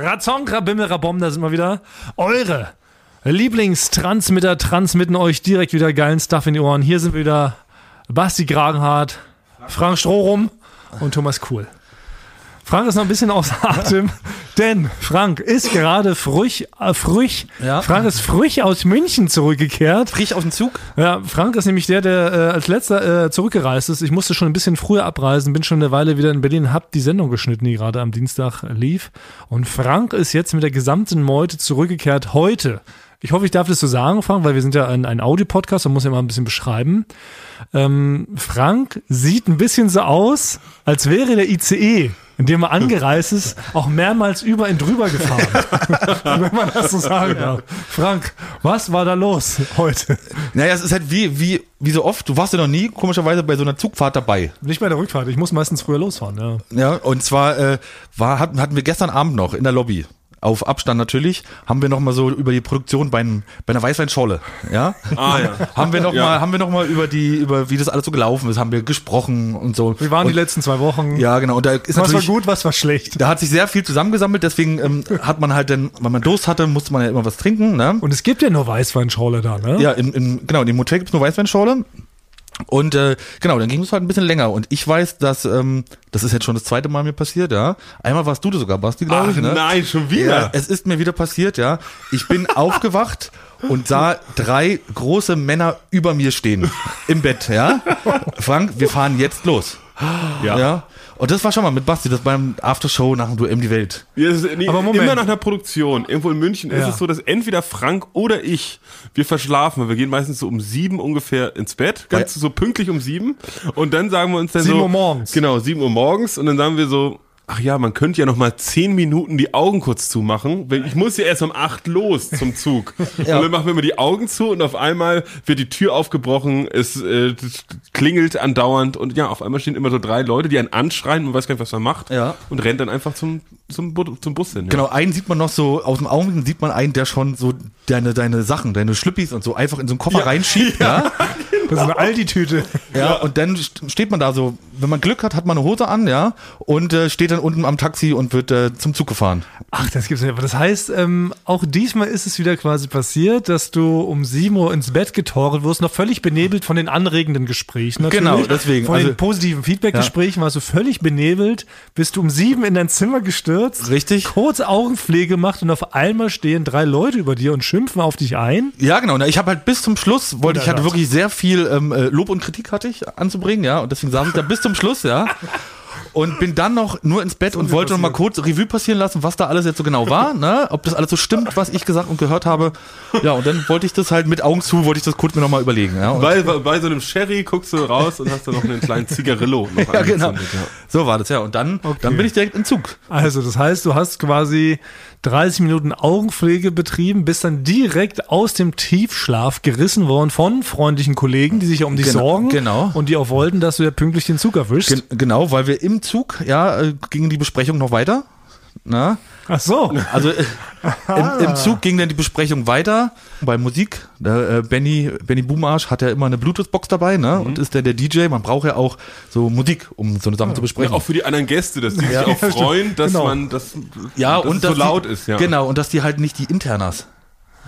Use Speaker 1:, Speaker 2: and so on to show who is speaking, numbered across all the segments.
Speaker 1: Razon, Rabimmel, Rabom, da sind wir wieder. Eure Lieblingstransmitter transmitten euch direkt wieder geilen Stuff in die Ohren. Hier sind wieder Basti Gragenhardt, Frank Strohrum und Thomas Kuhl. Frank ist noch ein bisschen außer Atem, denn Frank ist gerade früch, äh, früch,
Speaker 2: Ja.
Speaker 1: Frank ist früch aus München zurückgekehrt.
Speaker 2: Frisch auf den Zug?
Speaker 1: Ja, Frank ist nämlich der, der äh, als letzter äh, zurückgereist ist. Ich musste schon ein bisschen früher abreisen, bin schon eine Weile wieder in Berlin, hab die Sendung geschnitten, die gerade am Dienstag lief. Und Frank ist jetzt mit der gesamten Meute zurückgekehrt heute. Ich hoffe, ich darf das so sagen, Frank, weil wir sind ja ein, ein Audio-Podcast und muss ja mal ein bisschen beschreiben. Ähm, Frank sieht ein bisschen so aus, als wäre der ICE, in dem er angereist ist, auch mehrmals über ihn drüber gefahren. Wenn man das so sagen darf. Frank, was war da los heute?
Speaker 2: Naja, es ist halt wie, wie, wie so oft, du warst ja noch nie komischerweise bei so einer Zugfahrt dabei.
Speaker 1: Nicht bei der Rückfahrt, ich muss meistens früher losfahren, ja.
Speaker 2: Ja, und zwar äh, war, hatten, hatten wir gestern Abend noch in der Lobby, auf Abstand natürlich, haben wir noch mal so über die Produktion bei, einem, bei einer Weißweinschorle, ja?
Speaker 3: Ah ja.
Speaker 2: haben wir noch
Speaker 3: Ja.
Speaker 2: mal, haben wir noch mal über die, über wie das alles so gelaufen ist, haben wir gesprochen und so.
Speaker 1: Wir waren
Speaker 2: und,
Speaker 1: die letzten zwei Wochen.
Speaker 2: Ja, genau. Und da ist
Speaker 1: was war
Speaker 2: natürlich,
Speaker 1: gut, was war schlecht.
Speaker 2: da hat sich sehr viel zusammengesammelt, deswegen ähm, hat man halt dann, wenn man Durst hatte, musste man ja immer was trinken, ne?
Speaker 1: Und es gibt ja nur Weißweinschorle da, ne?
Speaker 2: Ja, im, im, genau, in dem Hotel gibt's nur Weißweinschorle. Und äh, genau, dann ging es halt ein bisschen länger. Und ich weiß, dass, ähm, das ist jetzt schon das zweite Mal mir passiert, ja. Einmal warst du das sogar, Basti, glaube
Speaker 3: Ach
Speaker 2: ich, ne?
Speaker 3: nein, schon
Speaker 2: Ja,
Speaker 3: wieder.
Speaker 2: es ist mir wieder passiert, ja. Ich bin aufgewacht und sah drei große Männer über mir stehen im Bett, ja. Frank, wir fahren jetzt los. Ja. Und das war schon mal mit Basti, das beim Aftershow nach dem Duell die Welt.
Speaker 3: Ja, es ist, nee,
Speaker 1: Aber Moment.
Speaker 3: Immer nach einer Produktion, irgendwo in München, ist
Speaker 1: Ja.
Speaker 3: es so, dass entweder Frank oder ich, wir verschlafen. weil Wir gehen meistens so um sieben ungefähr ins Bett, ganz so pünktlich um sieben. Und dann sagen wir uns dann
Speaker 1: Sieben
Speaker 3: so.
Speaker 1: Uhr morgens.
Speaker 3: Genau, sieben Uhr morgens. Und dann sagen wir so, ach ja, man könnte ja noch mal zehn Minuten die Augen kurz zumachen. weil Ich muss ja erst um acht los zum Zug. Und dann machen wir mal die Augen zu und auf einmal wird die Tür aufgebrochen, es äh, klingelt andauernd. Und ja, auf einmal stehen immer so drei Leute, die einen anschreien, man weiß gar nicht, was man macht.
Speaker 2: Ja.
Speaker 3: Und rennt dann einfach zum, zum, Bu- zum Bus hin. ja.
Speaker 2: Genau, einen sieht man noch so, aus dem Augenblick sieht man einen, der schon so deine, deine Sachen, deine Schlüppis und so einfach in so einen Koffer reinschiebt, ja.
Speaker 1: Das ist eine Aldi-Tüte.
Speaker 2: Ja, und dann st- steht man da so, wenn man Glück hat, hat man eine Hose an, ja, und äh, steht dann unten am Taxi und wird äh, zum Zug gefahren.
Speaker 1: Ach, das gibt's nicht. Aber das heißt, ähm, auch diesmal ist es wieder quasi passiert, dass du um 7 Uhr ins Bett getorkelt wurdest, noch völlig benebelt von den anregenden Gesprächen. Natürlich.
Speaker 2: Genau, deswegen.
Speaker 1: Von
Speaker 2: Also-
Speaker 1: den positiven Feedback-Gesprächen warst du völlig benebelt, bist du um 7 in dein Zimmer gestürzt.
Speaker 2: Richtig.
Speaker 1: Kurz Augenpflege gemacht und auf einmal stehen drei Leute über dir und schimpfen auf dich ein.
Speaker 2: Ja, genau. Na, Ich habe halt bis zum Schluss, wollte ich hatte
Speaker 1: Unerhört.
Speaker 2: wirklich sehr viel ähm, äh, Lob und Kritik hatte ich anzubringen, ja, und deswegen saß ich da bis zum Schluss, ja. Und bin dann noch nur ins Bett und wollte noch mal kurz Revue passieren lassen, was da alles jetzt so genau war, ne? Ob das alles so stimmt, was ich gesagt und gehört habe. Ja, und dann wollte ich das halt mit Augen zu, wollte ich das kurz mir noch mal überlegen, ja. Und
Speaker 3: Bei, bei, bei so einem Sherry guckst du raus und hast dann noch einen kleinen Zigarillo. Noch
Speaker 2: ja, genau.
Speaker 3: angezündet,
Speaker 2: So war das ja. Und dann, dann bin ich direkt im Zug.
Speaker 1: Also, das heißt, du hast quasi 30 Minuten Augenpflege betrieben, bist dann direkt aus dem Tiefschlaf gerissen worden von freundlichen Kollegen, die sich ja um dich
Speaker 2: Genau,
Speaker 1: sorgen
Speaker 2: genau.
Speaker 1: und die auch wollten, dass du ja pünktlich den Zug erwischst.
Speaker 2: Gen genau, weil wir im Zug, ja, äh, ging die Besprechung noch weiter. ne? Na?
Speaker 1: Ach so.
Speaker 2: Also äh,
Speaker 3: Ah.
Speaker 2: im, im Zug ging dann die Besprechung weiter bei Musik. Da, äh, Benny, Benny Bumarsch hat ja immer eine Bluetooth-Box dabei, ne?
Speaker 3: Mhm.
Speaker 2: Und ist der der DJ. Man braucht ja auch so Musik, um so eine Sache zu
Speaker 3: Ja,
Speaker 2: besprechen.
Speaker 3: auch für die anderen Gäste, dass die sich auch
Speaker 1: stimmt.
Speaker 3: freuen, dass
Speaker 1: Genau.
Speaker 3: man das
Speaker 2: Ja,
Speaker 3: dass es
Speaker 2: und
Speaker 3: so
Speaker 2: dass
Speaker 3: laut
Speaker 2: die,
Speaker 3: ist. Ja.
Speaker 2: Genau, und dass die halt nicht die Internas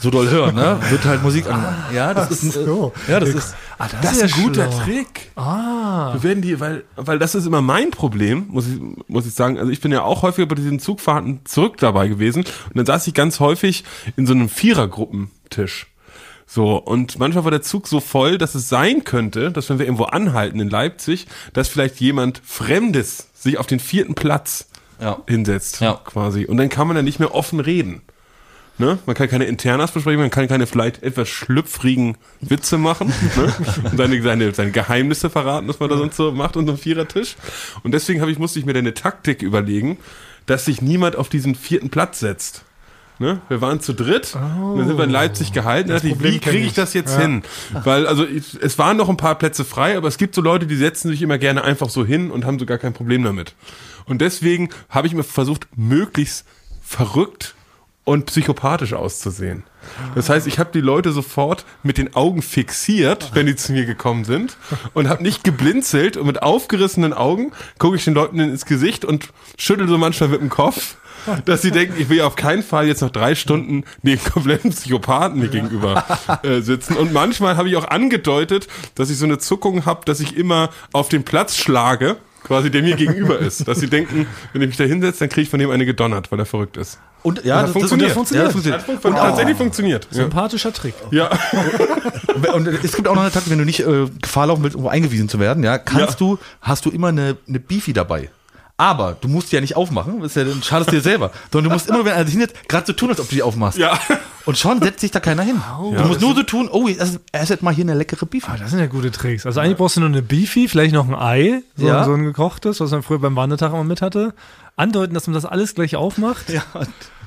Speaker 2: so doll hören, ne? Wird halt Musik an. Ja, das ist ein,
Speaker 1: so.
Speaker 2: ja, das ist
Speaker 1: Ah, das,
Speaker 3: Das ist ein guter
Speaker 1: schlau.
Speaker 3: Trick. Ah. Wir werden die, weil, weil das ist immer mein Problem, muss ich, muss ich sagen. Also ich bin ja auch häufiger bei diesen Zugfahrten zurück dabei gewesen. Und dann saß ich ganz häufig in so einem Vierergruppentisch. So, und manchmal war der Zug so voll, dass es sein könnte, dass wenn wir irgendwo anhalten in Leipzig, dass vielleicht jemand Fremdes sich auf den vierten Platz
Speaker 2: Ja.
Speaker 3: hinsetzt,
Speaker 2: Ja.
Speaker 3: quasi. Und dann kann man ja nicht mehr offen reden. Ne? Man kann keine Internas besprechen, man kann keine vielleicht etwas schlüpfrigen Witze machen ne? und seine, seine, seine Geheimnisse verraten, was man da sonst so macht an so einem Vierertisch. Und deswegen hab ich, musste ich mir da eine Taktik überlegen, dass sich niemand auf diesen vierten Platz setzt. Ne? Wir waren zu dritt und dann sind wir in Leipzig gehalten. Da dachte ich,
Speaker 1: Oh. Problem
Speaker 3: wie
Speaker 1: kenn
Speaker 3: kriege ich
Speaker 1: ich.
Speaker 3: das jetzt
Speaker 1: Ja.
Speaker 3: hin? Weil also ich, es waren noch ein paar Plätze frei, aber es gibt so Leute, die setzen sich immer gerne einfach so hin und haben so gar kein Problem damit. Und deswegen habe ich mir versucht, möglichst verrückt und psychopathisch auszusehen. Das heißt, ich habe die Leute sofort mit den Augen fixiert, wenn die zu mir gekommen sind und habe nicht geblinzelt und mit aufgerissenen Augen gucke ich den Leuten ins Gesicht und schüttel so manchmal mit dem Kopf dass sie denken, ich will auf keinen Fall jetzt noch drei Stunden dem kompletten Psychopathen mir gegenüber äh, sitzen. Und manchmal habe ich auch angedeutet, dass ich so eine Zuckung habe, dass ich immer auf den Platz schlage, quasi der mir gegenüber ist. Dass sie denken, wenn ich mich da hinsetze, dann kriege ich von dem eine gedonnert, weil er verrückt ist.
Speaker 2: Und ja, das, das, und das funktioniert. Ja, das funktioniert.
Speaker 3: Und tatsächlich funktioniert. Ja.
Speaker 1: Sympathischer Trick.
Speaker 3: ja.
Speaker 2: Und es gibt auch noch eine Taktik, wenn du nicht äh, Gefahr laufen willst, irgendwo eingewiesen zu werden, ja, kannst
Speaker 3: Ja.
Speaker 2: du, hast du immer eine, eine Beefy dabei. Aber du musst die ja nicht aufmachen, ist ja, dann schadest dir selber. Sondern du musst immer, wenn einer dich hinsetzt, gerade so tun, als ob du die aufmachst.
Speaker 3: Ja.
Speaker 2: Und schon setzt sich da keiner hin. Du musst nur so tun, oh, das ist- er ist jetzt mal hier eine leckere Beefy.
Speaker 1: Ah, das sind ja gute Tricks. Also eigentlich brauchst du nur eine Beefy, vielleicht noch ein Ei, so,
Speaker 2: Ja.
Speaker 1: so ein gekochtes, was man früher beim Wandertag immer mit hatte. Andeuten, dass man das alles gleich aufmacht
Speaker 2: Ja.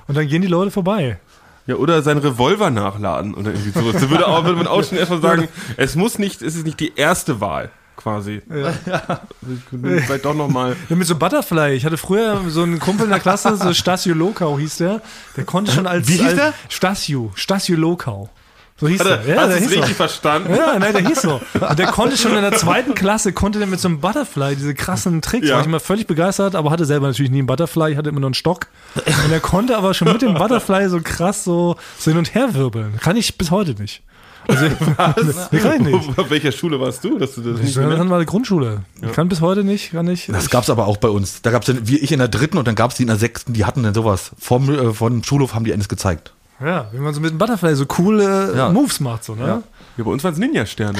Speaker 1: und dann gehen die Leute vorbei.
Speaker 3: Ja, oder seinen Revolver nachladen oder irgendwie sowas. Da würde, auch, würde man auch schon erstmal sagen, es muss nicht, es ist nicht die erste Wahl quasi. Ja. Vielleicht doch nochmal.
Speaker 1: Ja, mit so Butterfly. Ich hatte früher so einen Kumpel in der Klasse, so Stasio Lokau hieß der. Der konnte schon als.
Speaker 2: Wie hieß
Speaker 1: als
Speaker 2: der?
Speaker 1: Stasio. Stasio Lokau. So hieß
Speaker 3: Hast
Speaker 1: der. Ja, der
Speaker 3: du es
Speaker 1: hieß so.
Speaker 3: richtig verstanden?
Speaker 1: Ja, nein, der hieß so. Und der konnte schon in der zweiten Klasse, konnte der mit so einem Butterfly diese krassen Tricks,
Speaker 3: Ja.
Speaker 1: war ich immer völlig begeistert, aber hatte selber natürlich nie einen Butterfly, hatte immer nur einen Stock. Und er konnte aber schon mit dem Butterfly so krass so, so hin und her wirbeln. Kann ich bis heute nicht. Also, Was? kann ich nicht.
Speaker 3: Auf welcher Schule warst du, dass du das
Speaker 1: Ich
Speaker 3: nicht
Speaker 1: war mal Grundschule. Ich kann bis heute nicht, kann ich.
Speaker 2: Das gab's aber auch bei uns. Da gab's dann, wie ich in der dritten und dann gab's die in der sechsten, die hatten dann sowas. Vom, äh, vom Schulhof haben die eines gezeigt.
Speaker 1: Ja, wenn man so mit dem Butterfly so coole
Speaker 2: Ja.
Speaker 1: Moves macht, so, ne?
Speaker 3: Ja, bei uns waren es Ninja-Sterne.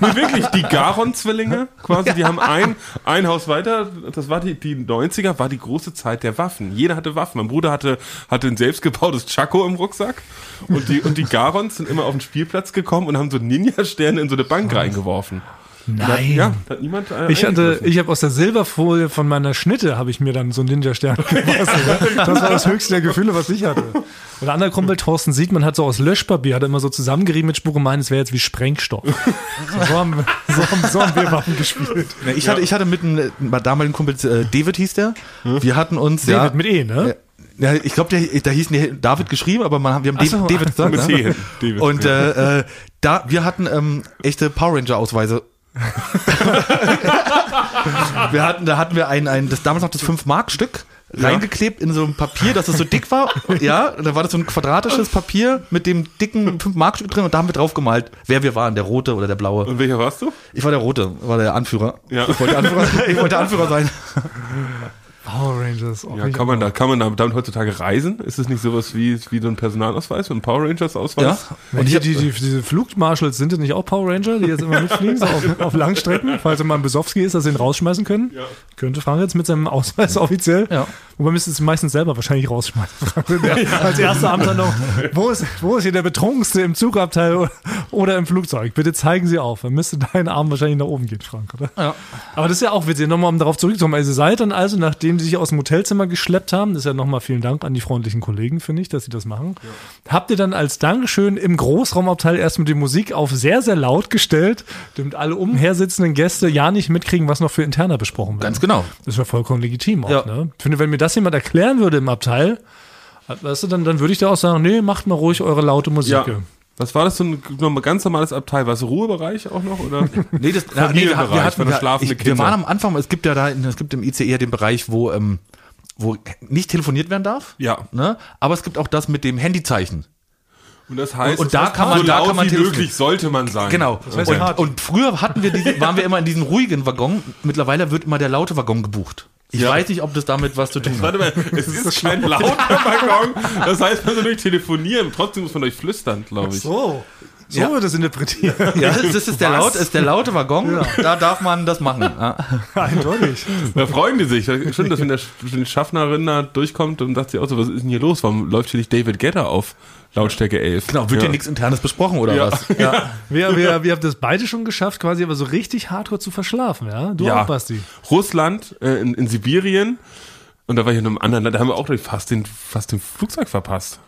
Speaker 3: nee, wirklich, die Garon-Zwillinge quasi, die haben ein, ein Haus weiter, das war die, die 90er, war die große Zeit der Waffen. Jeder hatte Waffen. Mein Bruder hatte, hatte ein selbstgebautes Chaco im Rucksack und die, und die Garons sind immer auf den Spielplatz gekommen und haben so Ninja-Sterne in so eine Bank reingeworfen.
Speaker 1: Ah. Nein.
Speaker 3: Ja, da hat niemand äh,
Speaker 1: Ich hatte,
Speaker 3: eingegriffen.
Speaker 1: ich habe aus der Silberfolie von meiner Schnitte habe ich mir dann so einen Ninja-Stern gebastelt. ne? Das war das höchste der Gefühle, was ich hatte. Und der andere Kumpel Thorsten Siegmann hat so aus Löschpapier, hat er immer so zusammengerieben mit Spruch und meint, es wäre jetzt wie Sprengstoff. So haben, so haben, so haben wir Waffen gespielt.
Speaker 2: Ne, Ich, hatte, ich hatte mit einem äh, meinem damaligen Kumpel, äh, David hieß der, wir hatten uns, ja,
Speaker 1: David mit E, ne?
Speaker 2: Ja, ich glaube, da hieß der David geschrieben, aber man, haben- wir haben
Speaker 1: so.
Speaker 2: David- David gesagt. ne?
Speaker 3: Mit T hinten, David.
Speaker 2: Und äh, äh, da, wir hatten ähm, echte Power Ranger-Ausweise. wir hatten, da hatten wir ein, ein das damals noch das 5-Mark-Stück reingeklebt in so ein Papier, dass es so dick war. Ja, und da war das so ein quadratisches Papier mit dem dicken 5-Mark-Stück drin und da haben wir drauf gemalt, wer wir waren, der rote oder der blaue.
Speaker 3: Und welcher warst du?
Speaker 2: Ich war der rote, war der Anführer.
Speaker 3: Ja.
Speaker 2: Ich wollte Anführer, ich wollte Anführer sein.
Speaker 1: Power Rangers. Oh,
Speaker 3: Ja, kann man da, kann man da damit heutzutage reisen? Ist es nicht sowas wie, wie so ein Personalausweis, so ein Power
Speaker 2: Ja.
Speaker 3: Rangers-Ausweis?
Speaker 1: Und
Speaker 2: Und ich
Speaker 1: hier
Speaker 2: hab,
Speaker 1: die, die, diese Flugmarschals sind das nicht auch Power Ranger, die jetzt immer mitfliegen, so auf, auf Langstrecken, falls er mal ein Besowski ist, dass sie ihn rausschmeißen können? Könnte Frank jetzt mit seinem Ausweis offiziell.
Speaker 2: Ja.
Speaker 1: Wobei müsste es meistens selber wahrscheinlich rausschmeißen. Frank. Der, Als erster Amt dann noch, wo ist, wo ist hier der Betrunkenste im Zugabteil oder- oder im Flugzeug? Bitte zeigen Sie auf. Dann müsste dein Arm wahrscheinlich nach oben gehen, Frank, oder?
Speaker 2: Ja.
Speaker 1: Aber das ist ja auch witzig, nochmal um darauf zurückzukommen. Also ihr seid dann also, nachdem sie sich aus dem Hotelzimmer geschleppt haben, das ist ja nochmal vielen Dank an die freundlichen Kollegen, finde ich, dass sie das machen. Habt ihr dann als Dankeschön im Großraumabteil erstmal die Musik auf sehr, sehr laut gestellt, damit alle umhersitzenden Gäste ja nicht mitkriegen, was noch für interner besprochen wird.
Speaker 2: Ganz genau.
Speaker 1: Das war vollkommen legitim auch,
Speaker 2: Ja.
Speaker 1: ne? Ich finde, wenn mir das jemand erklären würde im Abteil, weißt du, dann, dann würde ich da auch sagen, nee, macht mal ruhig eure laute Musik.
Speaker 3: Ja. Was war das so ein so ein ganz normales Abteil? War es Ruhebereich auch noch? Oder?
Speaker 2: Nee, das, na, nee, wir,
Speaker 3: Familienbereich,
Speaker 2: wir hatten
Speaker 3: wenn das
Speaker 2: wir,
Speaker 3: schlafende
Speaker 2: ich, wir
Speaker 3: Kinder.
Speaker 2: waren am Anfang, es gibt ja da, in- es gibt im ICE ja den Bereich, wo, ähm, wo nicht telefoniert werden darf.
Speaker 3: Ja.
Speaker 2: Ne? Aber es gibt auch das mit dem Handyzeichen.
Speaker 3: Und das heißt,
Speaker 2: Und- und da
Speaker 3: es ist
Speaker 2: kann man-
Speaker 3: so
Speaker 2: da
Speaker 3: laut
Speaker 2: kann man
Speaker 3: wie
Speaker 2: telefonieren.
Speaker 3: möglich sollte man sein.
Speaker 2: Genau.
Speaker 1: heißt
Speaker 2: und,
Speaker 1: hart.
Speaker 2: und früher hatten wir diese, waren wir immer in diesem ruhigen Waggon. Mittlerweile wird immer der laute Waggon gebucht. Ich
Speaker 3: Ja.
Speaker 2: weiß nicht, ob das damit was zu tun hat.
Speaker 3: Warte mal, es ist kein lauter Waggon. Das heißt, man soll durch telefonieren. Trotzdem muss man durch flüstern, glaube ich.
Speaker 1: So. So
Speaker 2: Ja.
Speaker 1: wird das interpretiert.
Speaker 2: Ja, das ist der, laut, ist der laute Waggon. Da darf man das machen. Ja.
Speaker 1: Eindeutig.
Speaker 3: Da freuen die sich. Schön, dass wenn der wenn die Schaffnerin da durchkommt und sagt sie auch so, was ist denn hier los? Warum läuft hier nicht David Getter auf Lautstärke 11?
Speaker 2: Genau, wird ja. nichts Internes besprochen oder
Speaker 3: Ja.
Speaker 2: was? Ja.
Speaker 1: Wir, wir, wir haben das beide schon geschafft, quasi aber so richtig hardcore zu verschlafen, ja? Du
Speaker 3: Ja.
Speaker 1: auch, Basti.
Speaker 3: Russland, äh, in, in Sibirien. Und da war ich in einem anderen Land, da haben wir auch fast den, fast den Flugzeug verpasst.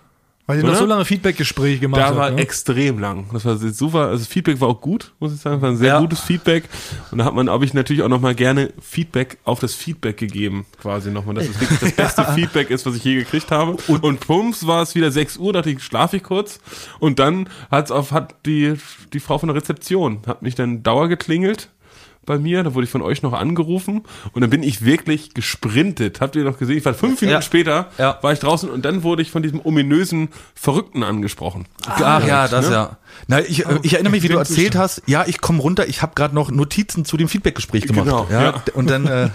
Speaker 1: Weil ihr
Speaker 3: Oder?
Speaker 1: noch so lange Feedbackgespräche gemacht
Speaker 3: Da
Speaker 1: habt.
Speaker 3: war
Speaker 1: ne?
Speaker 3: extrem lang. Das war super. Also Feedback war auch gut, muss ich sagen. War ein sehr
Speaker 2: Ja.
Speaker 3: gutes Feedback. Und da hat man, habe ich natürlich auch nochmal gerne Feedback auf das Feedback gegeben, quasi nochmal, dass es wirklich das beste Feedback ist, was ich je gekriegt habe. Und, Pumps war es wieder 6 Uhr, dachte ich, schlafe ich kurz. Und dann hat's auf, hat die, die Frau von der Rezeption, hat mich dann Dauer geklingelt bei mir, da wurde ich von euch noch angerufen und dann bin ich wirklich gesprintet. Habt ihr noch gesehen? Ich war fünf Minuten
Speaker 2: Ja.
Speaker 3: später,
Speaker 2: Ja.
Speaker 3: war ich draußen und dann wurde ich von diesem ominösen Verrückten angesprochen.
Speaker 2: Ach ja, das ja. Na, ich, äh, ich erinnere mich, wie du
Speaker 3: Den Zustand.
Speaker 2: erzählt hast, ja, ich komme runter, ich habe gerade noch Notizen zu dem Feedbackgespräch gemacht.
Speaker 3: Genau,
Speaker 2: ja,
Speaker 3: ja.
Speaker 2: Und dann, äh,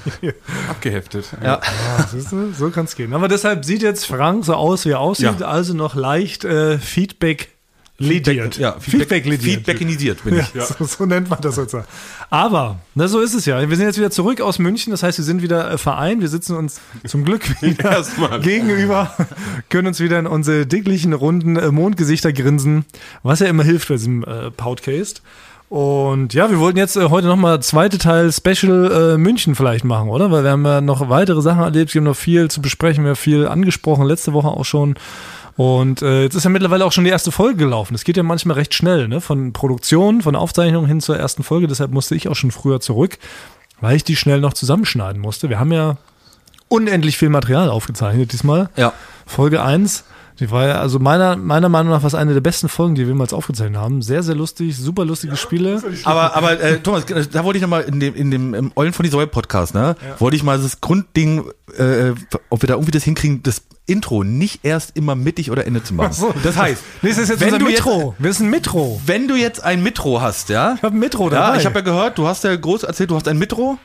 Speaker 3: Abgeheftet.
Speaker 2: ja.
Speaker 1: Ah, siehst du, so kann es gehen. Aber deshalb sieht jetzt Frank so aus, wie er aussieht,
Speaker 3: Ja.
Speaker 1: also noch leicht äh, Feedback lediert.
Speaker 2: ja, Feedback,
Speaker 1: lediert.
Speaker 2: Feedbackinisiert bin ich.
Speaker 1: Ja, So, so nennt man das sozusagen. Aber, na, so ist es ja. Wir sind jetzt wieder zurück aus München, das heißt, wir sind wieder äh, vereint, wir sitzen uns zum Glück wieder
Speaker 3: Erstmal.
Speaker 1: gegenüber, können uns wieder in unsere dicklichen, runden äh, Mondgesichter grinsen, was ja immer hilft bei diesem äh, Podcast. Und ja, wir wollten jetzt äh, heute nochmal zweite Teil Special äh, München vielleicht machen, oder? Weil wir haben ja noch weitere Sachen erlebt, wir haben noch viel zu besprechen, wir haben viel angesprochen, letzte Woche auch schon. Und äh, jetzt ist ja mittlerweile auch schon die erste Folge gelaufen. Es geht ja manchmal recht schnell, ne? Von Produktion, von Aufzeichnung hin zur ersten Folge. Deshalb musste ich auch schon früher zurück, weil ich die schnell noch zusammenschneiden musste. Wir haben ja unendlich viel Material aufgezeichnet diesmal.
Speaker 2: Ja.
Speaker 1: Folge 1. Die war ja, also meiner, meiner Meinung nach, was eine der besten Folgen, die wir jemals aufgezeichnet haben. Sehr, sehr lustig, super lustige Spiele.
Speaker 2: Aber, aber äh, Thomas, da wollte ich nochmal in dem, in dem im Eulen von die Säule Podcast, ne? Wollte ich mal das Grundding, äh, ob wir da irgendwie das hinkriegen, das Intro nicht erst immer mittig oder Ende zu machen. Das heißt,
Speaker 1: Nee, es ist jetzt
Speaker 2: wenn
Speaker 1: unser
Speaker 2: du
Speaker 1: Metro. Wir sind ein Metro.
Speaker 2: jetzt, wenn du jetzt ein Mitro hast, ja?
Speaker 1: Ich habe ein Metro dabei.
Speaker 2: Ja, ich habe ja gehört, du hast ja groß erzählt, du hast ein Mitro.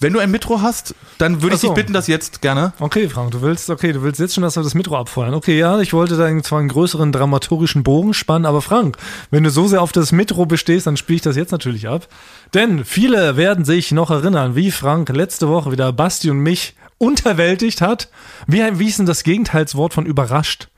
Speaker 2: Wenn du ein Mitro hast, dann würde ich
Speaker 1: Ach so.
Speaker 2: dich bitten, das jetzt gerne.
Speaker 1: Okay, Frank, du willst, okay, du willst jetzt schon, dass wir das Metro abfeuern. Okay, ja, ich wollte dann zwar einen größeren dramaturgischen Bogen spannen, aber Frank, wenn du so sehr auf das Metro bestehst, dann spiele ich das jetzt natürlich ab. Denn viele werden sich noch erinnern, wie Frank letzte Woche wieder Basti und mich unterwältigt hat. Wie, wie ist denn das Gegenteilswort von überrascht?